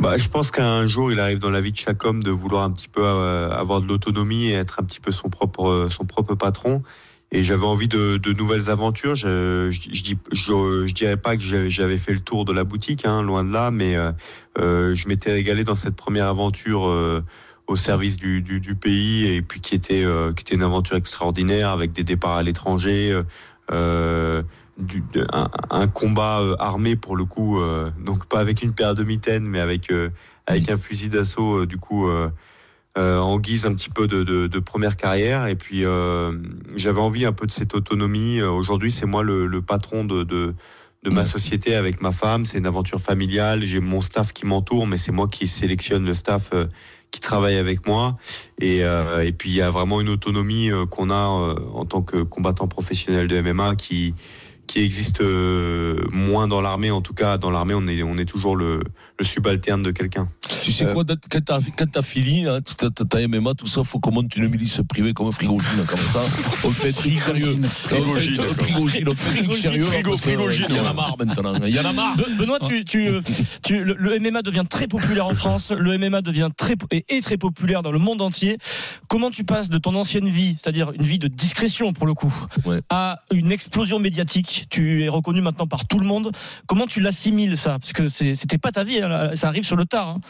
Bah, je pense qu'un jour, il arrive dans la vie de chaque homme de vouloir un petit peu euh, avoir de l'autonomie et être un petit peu son propre, euh, son propre patron. Et j'avais envie de, de nouvelles aventures. Je, je, je, dis- je, je dirais pas que j'avais- j'avais fait le tour de la boutique, hein, loin de là, mais euh, euh, je m'étais régalé dans cette première aventure euh, au service du, du, du pays et puis qui était, euh, qui était une aventure extraordinaire avec des départs à l'étranger. euh, euh, du- de- un, un combat euh, armé pour le coup, euh, donc pas avec une paire de mitaines, mais avec euh, avec un fusil d'assaut euh, du coup euh, euh, en guise un petit peu de, de- de première carrière. Et puis euh, j'avais envie un peu de cette autonomie. Euh, Aujourd'hui, c'est moi le, le patron de, de de ma société avec ma femme, c'est une aventure familiale. J'ai mon staff qui m'entoure, mais c'est moi qui sélectionne le staff euh, qui travaille avec moi. Et, euh, et puis il y a vraiment une autonomie euh, qu'on a euh, en tant que combattant professionnel de MMA qui qui existe euh, moins dans l'armée. En tout cas, dans l'armée, on est on est toujours le, le subalterne de quelqu'un. Tu sais quoi, d'être- quand t'as- quand t'as fini, là, t'as- t'as t'as MMA, tout ça, faut qu'on monte une milice privée comme Frigogine, comme ça. On fait des trucs sérieux. Frigogine, On fait- Frigogine, on fait des trucs sérieux. Frigo, parce que, euh, Frigogine, Il y en a ouais. marre maintenant. hein, Il y en a marre. Be- Benoît, tu, tu, euh, tu- le, le MMA devient très populaire en France. Le MMA devient très po- et est très populaire dans le monde entier. Comment tu passes de ton ancienne vie, c'est-à-dire une vie de discrétion pour le coup, à une explosion médiatique Tu es reconnu maintenant par tout le monde. Comment tu l'assimiles ça Parce que c'est- c'était pas ta vie. hein, là, ça arrive sur le tard. hein.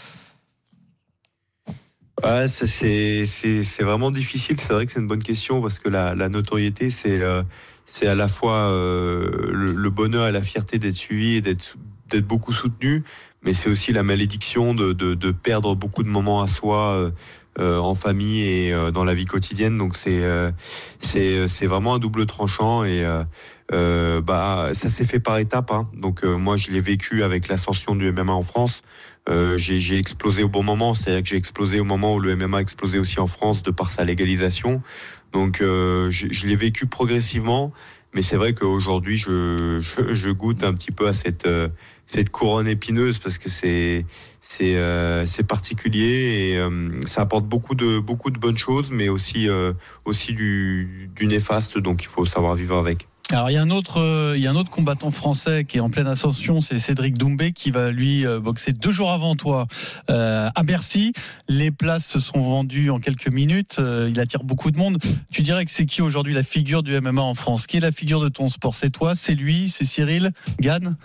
Ouais, ça, c'est c'est c'est vraiment difficile. C'est vrai que c'est une bonne question parce que la, la notoriété, c'est euh, c'est à la fois euh, le, le bonheur et la fierté d'être suivi et d'être sou- d'être beaucoup soutenu, mais c'est aussi la malédiction de, de, de perdre beaucoup de moments à soi euh, euh, en famille et euh, dans la vie quotidienne. Donc c'est euh, c'est c'est vraiment un double tranchant et euh, euh, bah ça s'est fait par étapes. hein. Donc euh, moi je l'ai vécu avec l'ascension du MMA en France. euh, j'ai j'ai explosé au bon moment, c'est-à-dire que j'ai explosé au moment où le MMA a explosé aussi en France de par sa légalisation. Donc euh, je, je l'ai vécu progressivement, mais c'est vrai qu'aujourd'hui je, je, je goûte un petit peu à cette euh, cette couronne épineuse parce que c'est c'est euh, c'est particulier et euh, ça apporte beaucoup de beaucoup de bonnes choses, mais aussi euh, aussi du du néfaste. Donc il faut savoir vivre avec. Alors il y a un autre, euh, il y a un autre combattant français qui est en pleine ascension, c'est Cédric Doumbé qui va lui euh, boxer deux jours avant toi euh, à Bercy. Les places se sont vendues en quelques minutes. euh, il attire beaucoup de monde. Tu dirais que c'est qui aujourd'hui la figure du MMA en France Qui est la figure de ton sport C'est toi C'est lui C'est Cyril Gann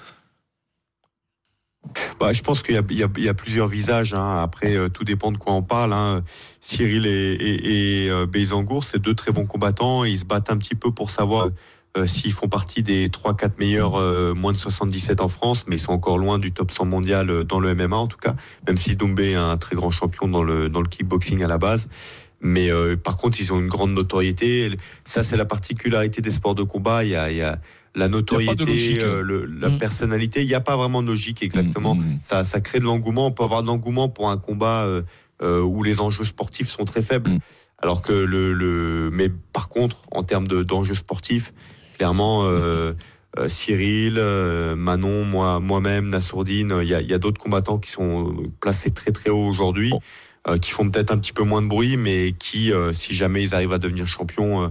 Bah, je pense qu'il y a, il y a- il y a plusieurs visages. hein. Après, euh, tout dépend de quoi on parle. hein. Cyril et, et, et, euh, Beysancourt, c'est deux très bons combattants. Ils se battent un petit peu pour savoir euh, s'ils font partie des 3-4 meilleurs euh, moins de 77 en France, mais ils sont encore loin du top 100 mondial euh, dans le MMA en tout cas, même si Doumbé est un très grand champion dans le, dans le kickboxing à la base. Mais euh, par contre, ils ont une grande notoriété. Ça, c'est la particularité des sports de combat. Il y a, il y a la notoriété, logique. euh, le- la personnalité. Il n'y a pas vraiment de logique exactement. Mm. Ça, ça crée de l'engouement. On peut avoir de l'engouement pour un combat euh, euh, où les enjeux sportifs sont très faibles. Alors que le, le- mais par contre, en termes de- d'enjeux sportifs, clairement, euh, euh, Cyril, euh, Manon, moi, moi-même, Nassourdine, euh, il y a, il y a d'autres combattants qui sont euh, placés très très haut aujourd'hui, euh, qui font peut-être un petit peu moins de bruit, mais qui, euh, si jamais ils arrivent à devenir champions, euh,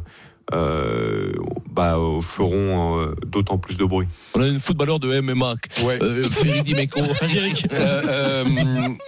euh, bah, euh, feront euh, d'autant plus de bruit. On a un footballeur de MMA. Euh, Feridi Meko. *laughs* Euh, euh,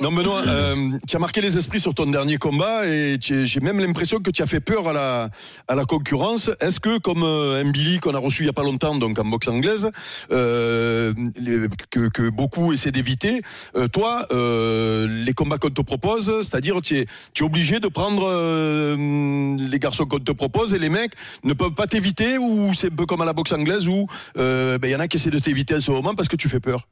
non, Benoît, euh, tu as marqué les esprits sur ton dernier combat et tu- j'ai même l'impression que tu as fait peur à la, à la concurrence. Est-ce que, comme euh, un Billy qu'on a reçu il n'y a pas longtemps, donc en boxe anglaise, euh, les- que, que beaucoup essaient d'éviter, euh, toi, euh, les combats qu'on te propose, c'est-à-dire tu es, tu es obligé de prendre euh, les garçons qu'on te propose et les mecs ne peuvent pas t'éviter ou c'est un peu comme à la boxe anglaise où euh, ben, il y en a qui essaient de t'éviter à ce moment parce que tu fais peur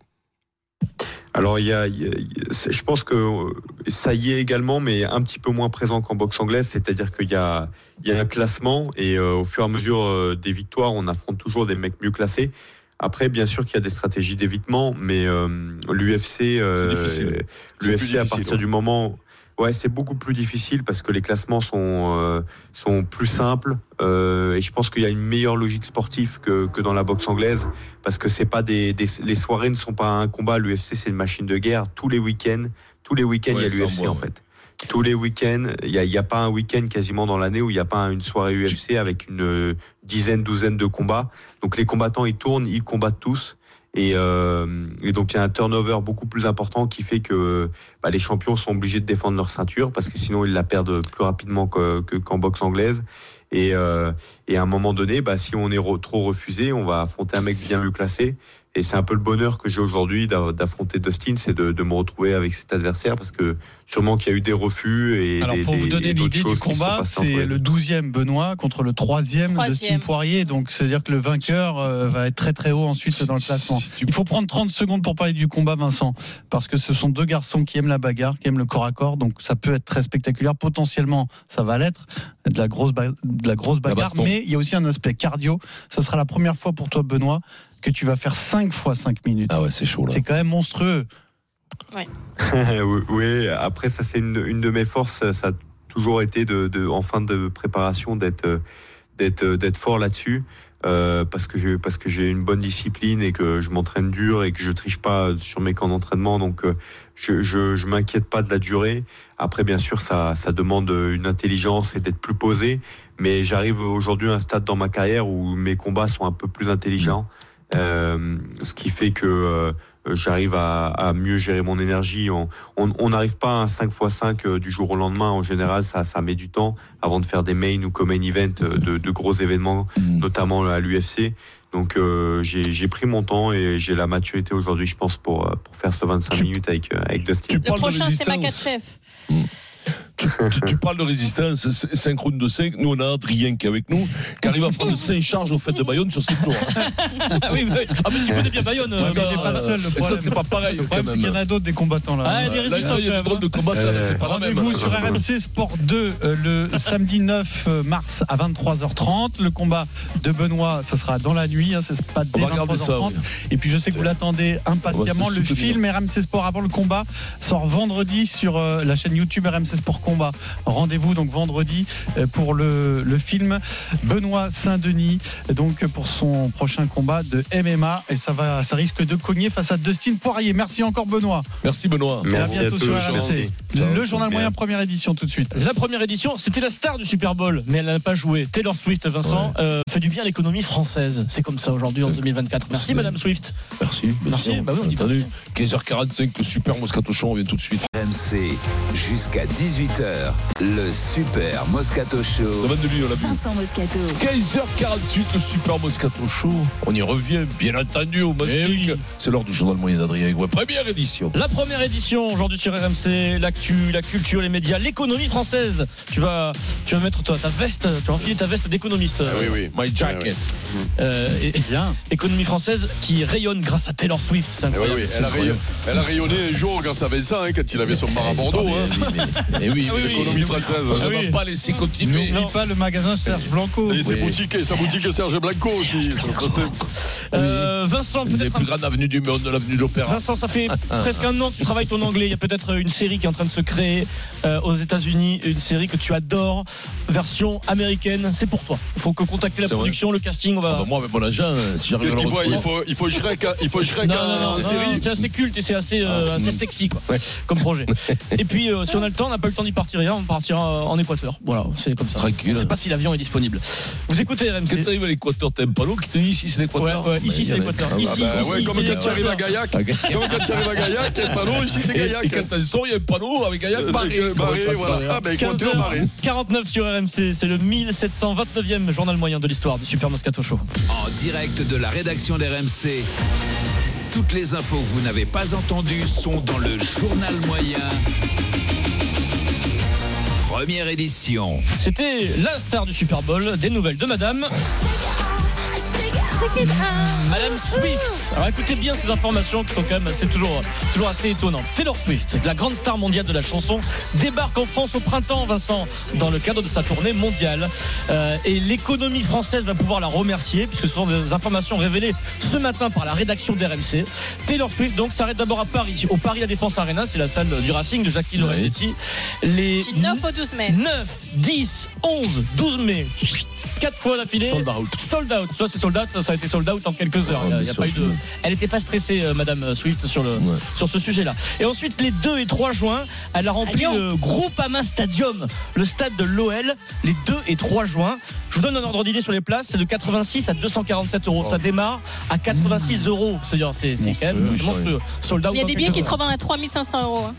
Alors, il y a, il y a- il y a- c'est- je pense que euh, ça y est également, mais un petit peu moins présent qu'en boxe anglaise. C'est-à-dire qu'il y a, il y a un classement et euh, au fur et à mesure euh, des victoires, on affronte toujours des mecs mieux classés. Après, bien sûr qu'il y a des stratégies d'évitement, mais euh, l'UFC, euh, C'est difficile. C'est plus l'UFC à difficile, partir ouais. du moment, ouais, c'est beaucoup plus difficile parce que les classements sont euh, sont plus simples euh, et je pense qu'il y a une meilleure logique sportive que, que dans la boxe anglaise parce que c'est pas des, des- les soirées ne sont pas un combat. L'UFC c'est une machine de guerre. Tous les week-ends, tous les week-ends Ouais, il y c'est a un l'UFC mois, en ouais. fait. Tous les week-ends, il n'y a, il y a pas un week-end quasiment dans l'année où il n'y a pas une soirée UFC avec une euh, dizaine, douzaine de combats. Donc les combattants, ils tournent, ils combattent tous. Et, euh, et donc il y a un turnover beaucoup plus important qui fait que bah, les champions sont obligés de défendre leur ceinture parce que sinon ils la perdent plus rapidement que- que- qu'en boxe anglaise. Et, euh, et à un moment donné, bah, si on est re- trop refusé, on va affronter un mec bien mieux classé. Et c'est un peu le bonheur que j'ai aujourd'hui d'a- d'affronter Dustin, c'est de, de me retrouver avec cet adversaire parce que sûrement qu'il y a eu des refus et Alors des, pour des- vous donner et d'autres l'idée du choses qui sont combat, passées entre c'est les deux. le 12e Benoît contre le 3e de Steve Troisième. Poirier. Donc c'est-à-dire que le vainqueur euh, va être très très haut ensuite dans le classement. Il faut prendre 30 secondes pour parler du combat Vincent parce que ce sont deux garçons qui aiment la bagarre, qui aiment le corps à corps. Donc ça peut être très spectaculaire potentiellement, ça va l'être de la grosse ba- de la grosse bagarre baston. mais il y a aussi un aspect cardio. Ça sera la première fois pour toi Benoît que tu vas faire 5 fois 5 minutes. Ah ouais, c'est chaud là. C'est quand même monstrueux. *laughs* oui, oui, après ça c'est une, une de mes forces, ça a toujours été de, de- en fin de préparation d'être euh, d'être euh, d'être fort là-dessus euh, parce que je, parce que j'ai une bonne discipline et que je m'entraîne dur et que je triche pas sur mes camps d'entraînement donc euh, je je, je m'inquiète pas de la durée. Après bien sûr ça ça demande une intelligence et d'être plus posé mais j'arrive aujourd'hui à un stade dans ma carrière où mes combats sont un peu plus intelligents euh, ce qui fait que euh, euh, j'arrive à, à mieux gérer mon énergie. On on- on n'arrive pas à un 5x5 euh, du jour au lendemain. En général, ça, ça met du temps avant de faire des main ou common event euh, de, de gros événements, notamment à l'UFC. Donc euh, j'ai j'ai pris mon temps et j'ai la maturité aujourd'hui, je pense, pour, euh, pour faire ce 25 minutes avec, euh, avec Dustin. Le prochain, c'est Makachev. Tu tu, tu parles de résistance, c'est- synchrone de 5. Nous, on a Adrien qui est avec nous, qui arrive à prendre 5 charges au fait de Bayonne sur 7 jours. Ah oui, mais- ah, mais tu connais bien Bayonne. Ouais, euh, mais toi, il est pas le euh, seul, le et ça, problème. c'est pas pareil. Le problème, c'est qu'il y en a d'autres des combattants là. Ah, des Là, résistants, là, il y a quand même, des drôles de combattants, Euh, c'est pas la même. Rendez-vous sur RMC Sport 2 euh, *laughs* le samedi 9 mars à 23h30. Le combat de Benoît, ce sera dans la nuit, hein, c'est pas dès On va regarder 23h30. ça, oui. Et puis je sais que vous l'attendez On impatiemment. va se Le soutenir. film RMC Sport avant le combat sort vendredi sur euh, la chaîne YouTube RMC Sport Combat. Rendez-vous donc vendredi euh, pour le, le film Benoît Saint-Denis, donc pour son prochain combat de MMA. Et ça, va, ça risque de cogner face à Dustin Poirier. Merci encore Benoît. Merci, Benoît. Et à bientôt sur RMC. Le journal moyen, première édition tout de suite. La première édition, c'était la star du Super Bowl, mais elle n'a pas joué. Taylor Swift, Vincent, euh, fait du bien à l'économie française. C'est comme ça aujourd'hui en 2024. Merci, Madame Swift. Merci. Merci, bah oui, on dit 15h45, le super Moscato Show, on vient tout de suite. RMC, jusqu'à 18h, le super Moscato Show. Ça va de lui, on l'a vu. 500 Moscato. 15h48, le super Moscato Show. On y revient, bien entendu, au Mastic. C'est l'heure du journal moyen d'Adrien Aigouin. Première édition. La première édition aujourd'hui sur RMC, l'actu, la culture, les médias, l'économie française. Tu vas, tu vas mettre toi, ta veste, tu vas enfiler ta veste d'économiste. Ah Eh oui, oui. My jacket. Euh, et- Bien. Économie française qui rayonne grâce à Taylor Swift. Ah C'est Eh oui, incroyable. oui, elle, a rayon- elle a rayonné un jour grâce à Vincent, hein, quand il avait son bar à Bordeaux. hein. Et oui, Ah oui, l'économie oui. française. On ne Ah va oui. pas laisser continuer. N'oublie pas le magasin Serge Blanco. Et ses Oui. boutiques, et sa boutique Serge Blanco aussi. Euh, Vincent, Une des peut-être un- plus grandes avenues du monde, l'avenue de l'Opéra. Vincent, *laughs* ça fait presque un an que tu travailles ton anglais. Il y a peut-être une série qui est en train de se créer euh, aux États-Unis, une série que tu adores, version américaine. C'est pour toi. Il faut que contacter la C'est vrai. production, le casting. On Ah va. bah moi, avec mon agent, euh, si j'arrive Qu'est-ce à le qu'il faut retrouver- il faut, il faut Shrek, hein, il faut Shrek Non, en- non, non, en non, série. non, c'est assez culte et c'est assez, euh, assez sexy quoi, comme projet. Et puis euh, si on a le temps, on n'a pas eu le temps d'y partir hier, on partira euh, en Équateur. Voilà, c'est comme ça. Tranquille. On sait pas si l'avion est disponible. Vous écoutez Quand RMC t'arrives à l'Équateur, t'aimes pas l'eau, qui te dit ici c'est Ouais, l'Équateur ouais, ici c'est l'Équateur. Ici, Ah bah ici, ouais, c'est comme quand tu l'Équateur. arrives à Gaillac. Comme quand tu arrives à Gaillac, il y a le panneau, ici c'est Et, Gaillac. et quand elles sont, il y a un panneau avec Gaillac Euh, barré. c'est que Comment barré, ça te voilà. paraît hein Ah, bah, écoute, on 15h49 sur RMC, c'est le 1729e journal moyen de l'histoire du Super Moscato Show. En direct de la rédaction d'RMC, toutes les infos que vous n'avez pas entendues sont dans le journal moyen. Première édition. C'était la star du Super Bowl, des nouvelles de madame. Madame Swift. Alors écoutez bien ces informations qui sont quand même, c'est toujours, toujours assez étonnant. Taylor Swift, la grande star mondiale de la chanson, débarque en France au printemps, Vincent, dans le cadre de sa tournée mondiale. Euh, et l'économie française va pouvoir la remercier, puisque ce sont des informations révélées ce matin par la rédaction d'RMC. Taylor Swift donc s'arrête d'abord à Paris, au Paris La Défense Arena, c'est la salle du Racing de Jackie Loretti. Les Du 9 au 12 mai. 9, 10, 11, 12 mai. 4 fois d'affilée. Sold out. Sold out. Ça, c'est sold out. Ça, ça a été sold out en quelques heures. Ah, Il y a- mais il y a ça, pas eu de- c'est- Elle n'était pas stressée, euh, Madame Swift, sur, le, Ouais. sur ce sujet-là. Et ensuite, les 2 et 3 juin, elle a rempli Lyon. le Groupama Stadium, le stade de l'OL, les 2 et 3 juin. Je vous donne un ordre d'idée sur les places. C'est de 86 à 247 euros. Ça démarre à 86 euros. C'est-à-dire, C'est c'est quand même Monstrueux, c'est ça, Mmh. oui. monstrueux. Sold out. Il y a en des quelques billets qui heures. se revendent à 3500 euros. hein.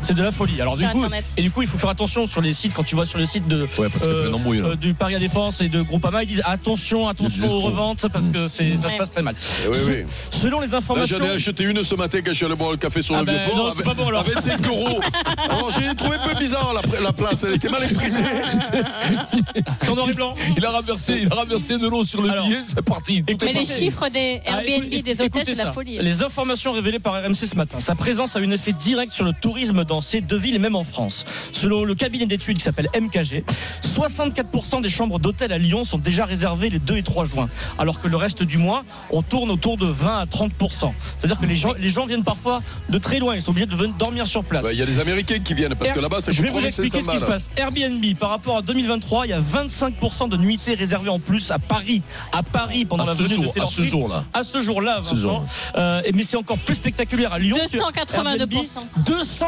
C'est de la folie. Alors du Sur coup, Internet. et du coup, il faut faire attention sur les sites quand tu vois sur le site de Ouais, parce qu'il y Euh, a plein d'embrouilles, là. du Paris à défense et de Groupama, ils disent attention, attention escrocs. aux reventes parce que c'est ça se Ouais. passe très mal. Eh oui, Se- oui. Selon les Là, informations. J'en ai acheté une ce matin quand je suis allé boire le café sur Ah le ben, vieux port. non, c'est pas bon, alors. 25 euros. Alors j'ai trouvé un peu bizarre la, la place. Elle *laughs* était mal imprimée. Ah, C'est en noir et blanc. Il a renversé, il a renversé de l'eau sur le Alors, billet, c'est parti. Tout est Mais les parti. chiffres des Ah, *laughs* Airbnb, écoute- des hôtels, écoutez c'est de la ça. folie. hein. Les informations révélées par RMC ce matin, sa présence a eu un effet direct sur le tourisme dans ces deux villes et même en France. Selon le cabinet d'études qui s'appelle MKG, 64% des chambres d'hôtel à Lyon sont déjà réservées les 2 et 3 juin, alors que le reste du mois, on tourne autour de 20 à 30%. C'est-à-dire que les gens, les gens viennent parfois de très loin, ils sont obligés de venir dormir sur place. Bah, Il y a des Américains qui viennent parce que là-bas, ça Je coûte vais vous 3500 expliquer ce qui se balles. passe. Airbnb, par rapport à 2023, il y a 25% de nuitées réservées en plus à Paris. À Paris, pendant À la ce venue de jour, à Taylor ce Swift. jour-là. À ce jour-là, Ce jour. Vincent. Euh, et- mais c'est encore plus spectaculaire à Lyon. que 282%.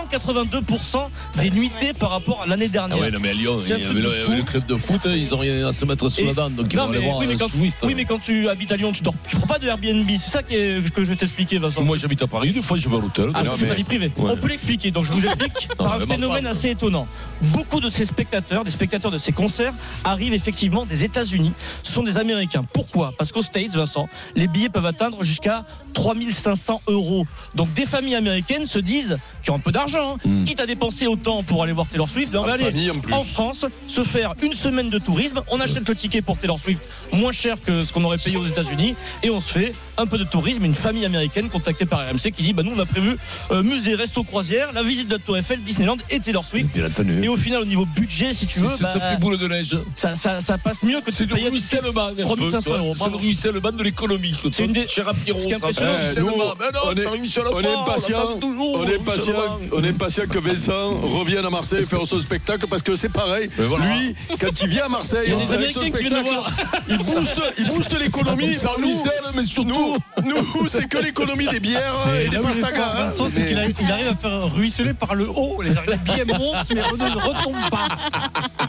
Airbnb, 282% des nuitées par rapport à l'année Ah dernière. ouais, non, mais à Lyon, il y C'est un avait truc de le, fou. le club de foot, hein, ils ont rien à se mettre sous Et- la dent, donc ils Non, vont mais- aller voir oui, mais un quand, Swift. oui, mais quand tu habites à Lyon, tu dors. Tu prends pas de Airbnb. C'est ça qui est- que je vais t'expliquer, Vincent. Moi, j'habite à Paris, des fois, je vais à l'hôtel. Ah, donc- ça, c'est ma vie privée. Ouais. On peut l'expliquer. Donc, je *laughs* vous explique par un mais bon, phénomène pardon. assez étonnant. Beaucoup de ces spectateurs, des spectateurs de ces concerts, arrivent effectivement des États-Unis. Ce sont des Américains. Pourquoi Parce qu'aux States, Vincent, les billets peuvent atteindre jusqu'à 3500 euros. Donc, des familles américaines se disent, qui ont un peu d'argent, hein, Mm. quitte à dépenser autant pour aller voir Taylor Swift, ben, on va En aller Hmm. Ah, famille, en plus. en France se faire une semaine de tourisme. On achète le ticket pour Taylor Swift moins cher que ce qu'on aurait payé aux États-Unis et on se fait un peu de tourisme. Une famille américaine contactée par RMC qui dit bah, Nous, on a prévu euh, musée, resto, croisière, la visite de la Tour Eiffel, Disneyland et Taylor Swift. Et la tenue. Et au final, au niveau budget, si tu C'est- veux, c'est- bah, ça fait boule de neige. ça, ça- ça passe mieux que C'est tu du payais ruissellement. un peu, 3500 tu vois, euros. C'est le Bravo. ruissellement de l'économie. C'est une des- Cher à Pierrot, Ce qui est ça. impressionnant, Eh, c'est nous, nous, mais non, on est- Jean-Michel on Lepore, est on patient, l'attend toujours, on est Jean-Michel patient, Lepore. on est patient que Vincent revienne à Marseille faire son spectacle parce que c'est pareil. Mais voilà. Lui, quand il vient à Marseille, Il y a des avec Américains son qui viennent le spectacle, voir. il booste, il booste l'économie. Ça Nous, ruisselle, mais surtout. nous, nous, c'est que l'économie des bières Mais et des là où il est fort, pastagas. hein. Vincent, c'est qu'il a- il arrive à faire ruisseler par le haut. Les billets montent, mais ne retombent pas. *laughs* *laughs*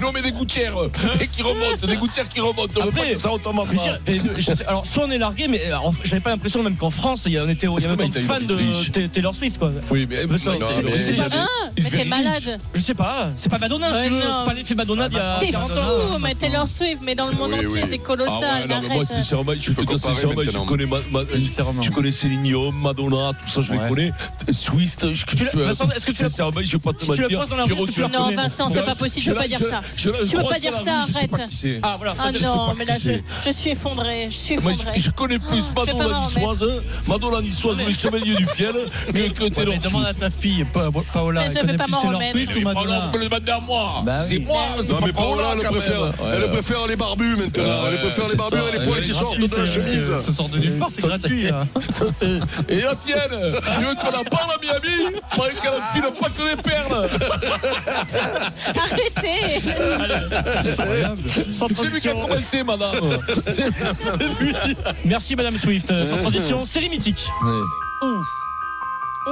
Non, mais des *laughs* gouttières. Et qui remontent, des gouttières qui remontent. On veut Après, pas que ça retombe en Je veux dire, bas. et le- je sais- alors, soit on est largué, mais alors, j'avais pas l'impression même qu'en France, il y a, on était, il y Parce avait que autant de Maïta, fans il est riche. de Ta- Taylor Swift, quoi. Oui, mais. Mais ça, Non, c'est- mais c'est il y a pas des- Hein il se Mais fait t'es riche. malade. Je sais pas, c'est pas Madonna, Ouais, si tu veux, non. c'est pas l'effet Madonna d'il y a T'es 40 ans. fou, mais Taylor Swift, mais dans le monde Oui, entier, oui. c'est Ah colossal. ouais, non, mais moi, arrête. sincèrement, je peux peux te dire comparer sincèrement, je maintenant. connais ma, ma- Sincèrement. tu connais Céline Dion, Madonna, tout ça, je les Ouais. connais. Swift, je, Tu la- Vincent, est-ce que tu la- sincèrement, je vais pas te Si tu la mentir, poses dans la Pierrot, rue, est-ce que tu la la reconnais Non, Vincent, c'est pas possible, je peux pas dire ça. Tu peux pas dire ça, arrête. Ah voilà, Ah ça, je sais non, pas mais qui là, c'est. je, je suis effondré. Je suis Moi, effondré. je, je connais plus vais pas Madonna m'en niçoise, Madonna niçoise, les chevaliers du fiel, mieux que Ouais, Taylor mais demande à Swift. ta fille, Pa- Paola. Mais je elle connaît vais pas plus m'en Taylor remettre. Swift ou Mais Madonna Paola, on peut le demander à moi. Bah C'est oui. moi, c'est Non pas mais Paola, elle quand même. préfère, Ouais, elle ouais. préfère les barbus maintenant. Ouais, elle préfère les c'est barbus ça. et les poils Elle qui est sortent de gratuite, la euh, chemise. Ça sort de nulle part, c'est gratuit. *laughs* hein. Et la tienne Tu veux qu'on en parle à Miami Faudrait qu'elle file pas que des perles Arrêtez *laughs* Sans C'est lui qui a transition. commencé, madame C'est c'est lui Merci Madame Swift, Euh, *laughs* sans transition, série mythique. Ouh.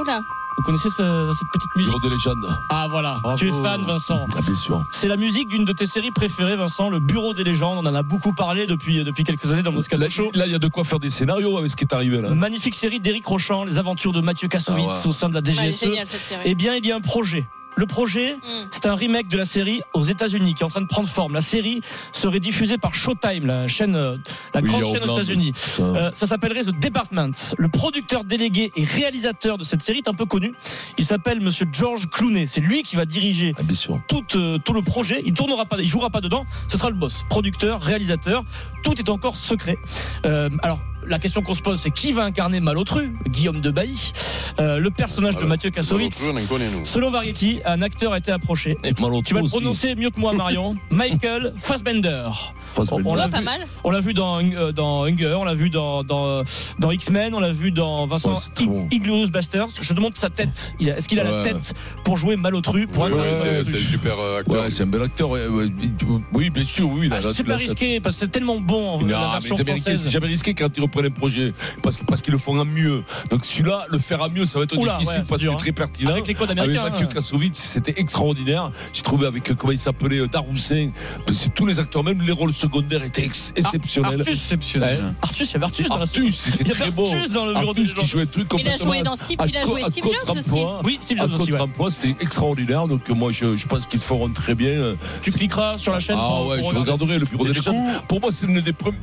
Oula. Vous connaissez ce- cette petite musique Bureau de légende, Ah voilà, tu es fan Vincent. ah, bien sûr. C'est la musique d'une de tes séries préférées Vincent, le Bureau des légendes. On en a beaucoup parlé depuis, euh, depuis quelques années dans le Moscato Là, Show. Mm. là, il y a de quoi faire des scénarios avec ce qui est arrivé là. Magnifique série d'Éric Rochant, les aventures de Mathieu Kassovitz Ah ouais. au sein de la Ouais, elle est DGSE. géniale cette série. Eh bien, il y a un projet. Le projet, Mm. c'est un remake de la série aux États-Unis qui est en train de prendre forme. La série serait diffusée par Showtime, la chaîne, euh, la Oui, grande en chaîne aux Hollande. États-Unis. Ah. Euh, ça s'appellerait The Department. Le producteur délégué et réalisateur de cette série est un peu connu. Il s'appelle Monsieur George Clooney. C'est lui qui va diriger Ah, bien sûr. tout, euh, tout le projet. Il tournera pas, il jouera pas dedans. Ce sera le boss, producteur, réalisateur. Tout est encore secret. Euh, alors. La question qu'on se pose, c'est qui va incarner Malotru Guillaume de Bailly, euh, le personnage de Voilà. Mathieu Kassovitz. On en connaît, nous. Selon Variety, un acteur a été approché. Et Malotru Tu vas le aussi. prononcer mieux que *laughs* moi, Marion. Michael Fassbender. Fassbender. On, on l'a Pas vu, mal. on l'a vu dans, euh, dans Hunger, on l'a vu dans, dans, dans X-Men, on l'a vu dans Vincent Ouais, c'est trop bon. Iglorious Basters. Je demande sa tête. Il a- Est-ce qu'il a Ouais. la tête pour jouer malotru pour Ouais, incarner ouais, c'est Malotru c'est un super euh, acteur. Ouais, c'est un bel acteur. ouais, ouais. Oui, bien sûr, oui. Ah, là, là, C'est tu l'as- pas risqué parce que c'est tellement bon Non, la mais version les Américains, c'est française. jamais risqué quand ils reprennent un projet parce, que- parce qu'ils le font en mieux. Donc celui-là, le faire à mieux, ça va être Oula, difficile ouais, c'est parce qu'il dur, est hein. très pertinent. Avec les codes Avec américains. Ah hein. Mathieu Kassovitz, c'était extraordinaire. J'ai trouvé avec, euh, comment il s'appelait, euh, Daroussin, parce que tous les acteurs, même les rôles secondaires étaient ex- exceptionnels. Artus, Exceptionnel. Ouais. Artus, il y avait Artus dans la série. Artus, c'était Il y très avait beau. Artus dans le bureau des Artus qui légendes. jouait un truc Il a complètement. joué dans Steve, il a joué Steve Jobs aussi. Oui, Steve À Jobs aussi. ouais. contre-emploi, c'était extraordinaire. Donc, moi, je, je pense qu'ils le feront très bien. Tu cliqueras sur la chaîne. Ah pour- ouais, pour je regarder. regarderai le bureau Et des du légendes. coup, Pour moi, c'est l'une des pre-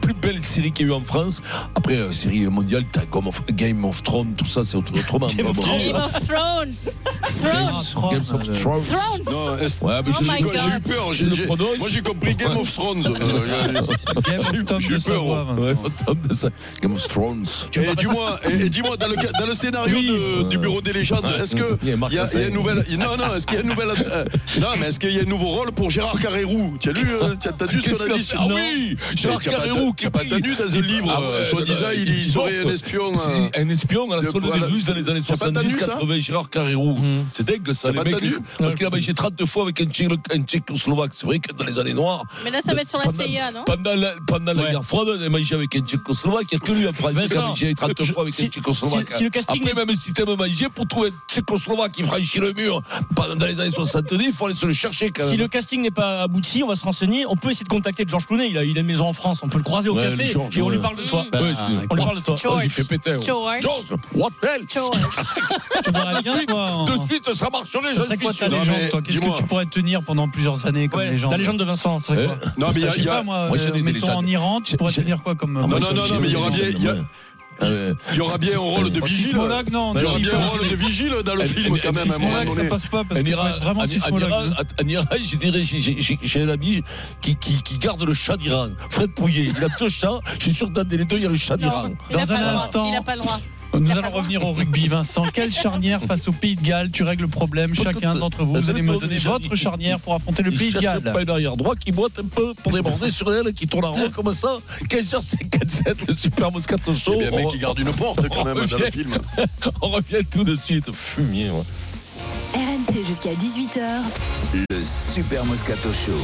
plus belles séries qu'il y a eu en France. Après, euh, série mondiale, t'as Game of, Game of Thrones, tout ça, c'est autre- autrement. Game of Bon, *laughs* Thrones. Game of Thrones. Thrones. bon. Game of Thrones. Thrones. non, est- Ouais, mais Oh je- my j'ai God. j'ai eu peur. j'ai- Je le j'ai- prononce. Moi, j'ai compris Game of *laughs* Thrones. Euh, Game of Thrones j'ai de eu peur, Savoie, Vincent. Ouais, top de ça. Game of Thrones. Et dis-moi, et, et dis-moi dans, le, ca- dans le scénario Oui. de- du bureau des légendes, est-ce que Il y a Marc il y a, il y a Cassel. une nouvelle il- Non, non, est-ce qu'il y a une nouvelle euh, Non, mais est-ce qu'il y a un nouveau rôle pour Gérard Carrérou Tu as lu euh, T'as t'as lu ce Qu'est-ce qu'on qu'il a a dit fait sur- Ah Non. oui Gérard Mais t'as pas- Carrérou qui t'as pas pris- tenu dans un livre, ouais, euh, soi-disant, non, non, il- il serait bof. un espion, euh. C'est Un espion à la de- solde pour des la- hein. Russes dans les années T'as pas entendu ça 70-80, Gérard Carrérou. Mhm. C'est dingue ça, T'as les pas mecs. hein. entendu Parce qu'il a marché 32 fois avec un Tchéco- un tchécoslovaque. C'est vrai que dans les années noires, Mais là, ça va être sur la Pendant- CIA, non pendant la, pendant la Ouais. guerre froide, on a mangé avec un Tchécoslovaque. Il n'y a que lui en France qui a Vincent, mangé 30 je- fois avec si- un Tchécoslovaque. si- si le casting Après, même si t'aimes manger, pour trouver un Tchécoslovaque qui franchit le mur pendant dans les années 70, il faut aller se le chercher quand Si même. le casting n'est pas abouti, on va se renseigner. On peut essayer de contacter George Clooney. Il a, il a une maison en France. On peut le croiser au Ouais, le café George, et on lui ouais. parle de toi. Mm. Ouais, c'est- Bah, On lui parle de toi. Oh, il fait péter. ouais. George. George, what else George. Tu verras bien, toi. en- De suite, ça marcherait, Ça je serait suis quoi ta sûr. Non, mais légende, toi Qu'est-ce dis-moi. que tu pourrais tenir pendant plusieurs années comme Ouais, légende la légende de Vincent, c'est Eh, quoi Non, mais il y Je a- sais il y pas, a. moi, moi, j'ai euh, des mettons légendes. en Iran, tu J'ai- pourrais j'ai- tenir quoi comme. Ah, moi, non, j'ai- non, j'ai non, mais il y aura des bien- légendes, il y a- Ah ouais. Il y aura bien un rôle de vigile. Sismologue, non, Il y non, aura il bien peut- un rôle de vigile dans le Un- film un- quand un même. à un moment sismologue, donné. ça passe pas parce Un qu'il faut ira- être vraiment un- un sismologue. hein. ira- un- un ira- euh, *laughs* je dirais, j'ai- j'ai j'ai- j'ai un ami qui, qui, qui garde le chat d'Iran, Fred Pouillet. Il a deux chats, *laughs* je suis sûr que dans les deux, il y a le chat d'Iran. Il n'a Dans pas, un le droit, instant. il a pas le droit. Nous Il a allons pas revenir au rugby, Vincent. Quelle charnière face au Pays de Galles Tu règles le problème, chacun d'entre vous. Vous allez me donner votre charnière pour affronter le Il Pays de cherche Galles. pas un arrière droit qui boite un peu pour déborder sur elle, qui tourne en rond comme ça. 15h57, le super Moscato Show. Il y a bien un mec On- qui garde une porte quand même dans le film. On revient tout de suite. Fumier, moi. RMC jusqu'à 18h. Le Super Moscato Show.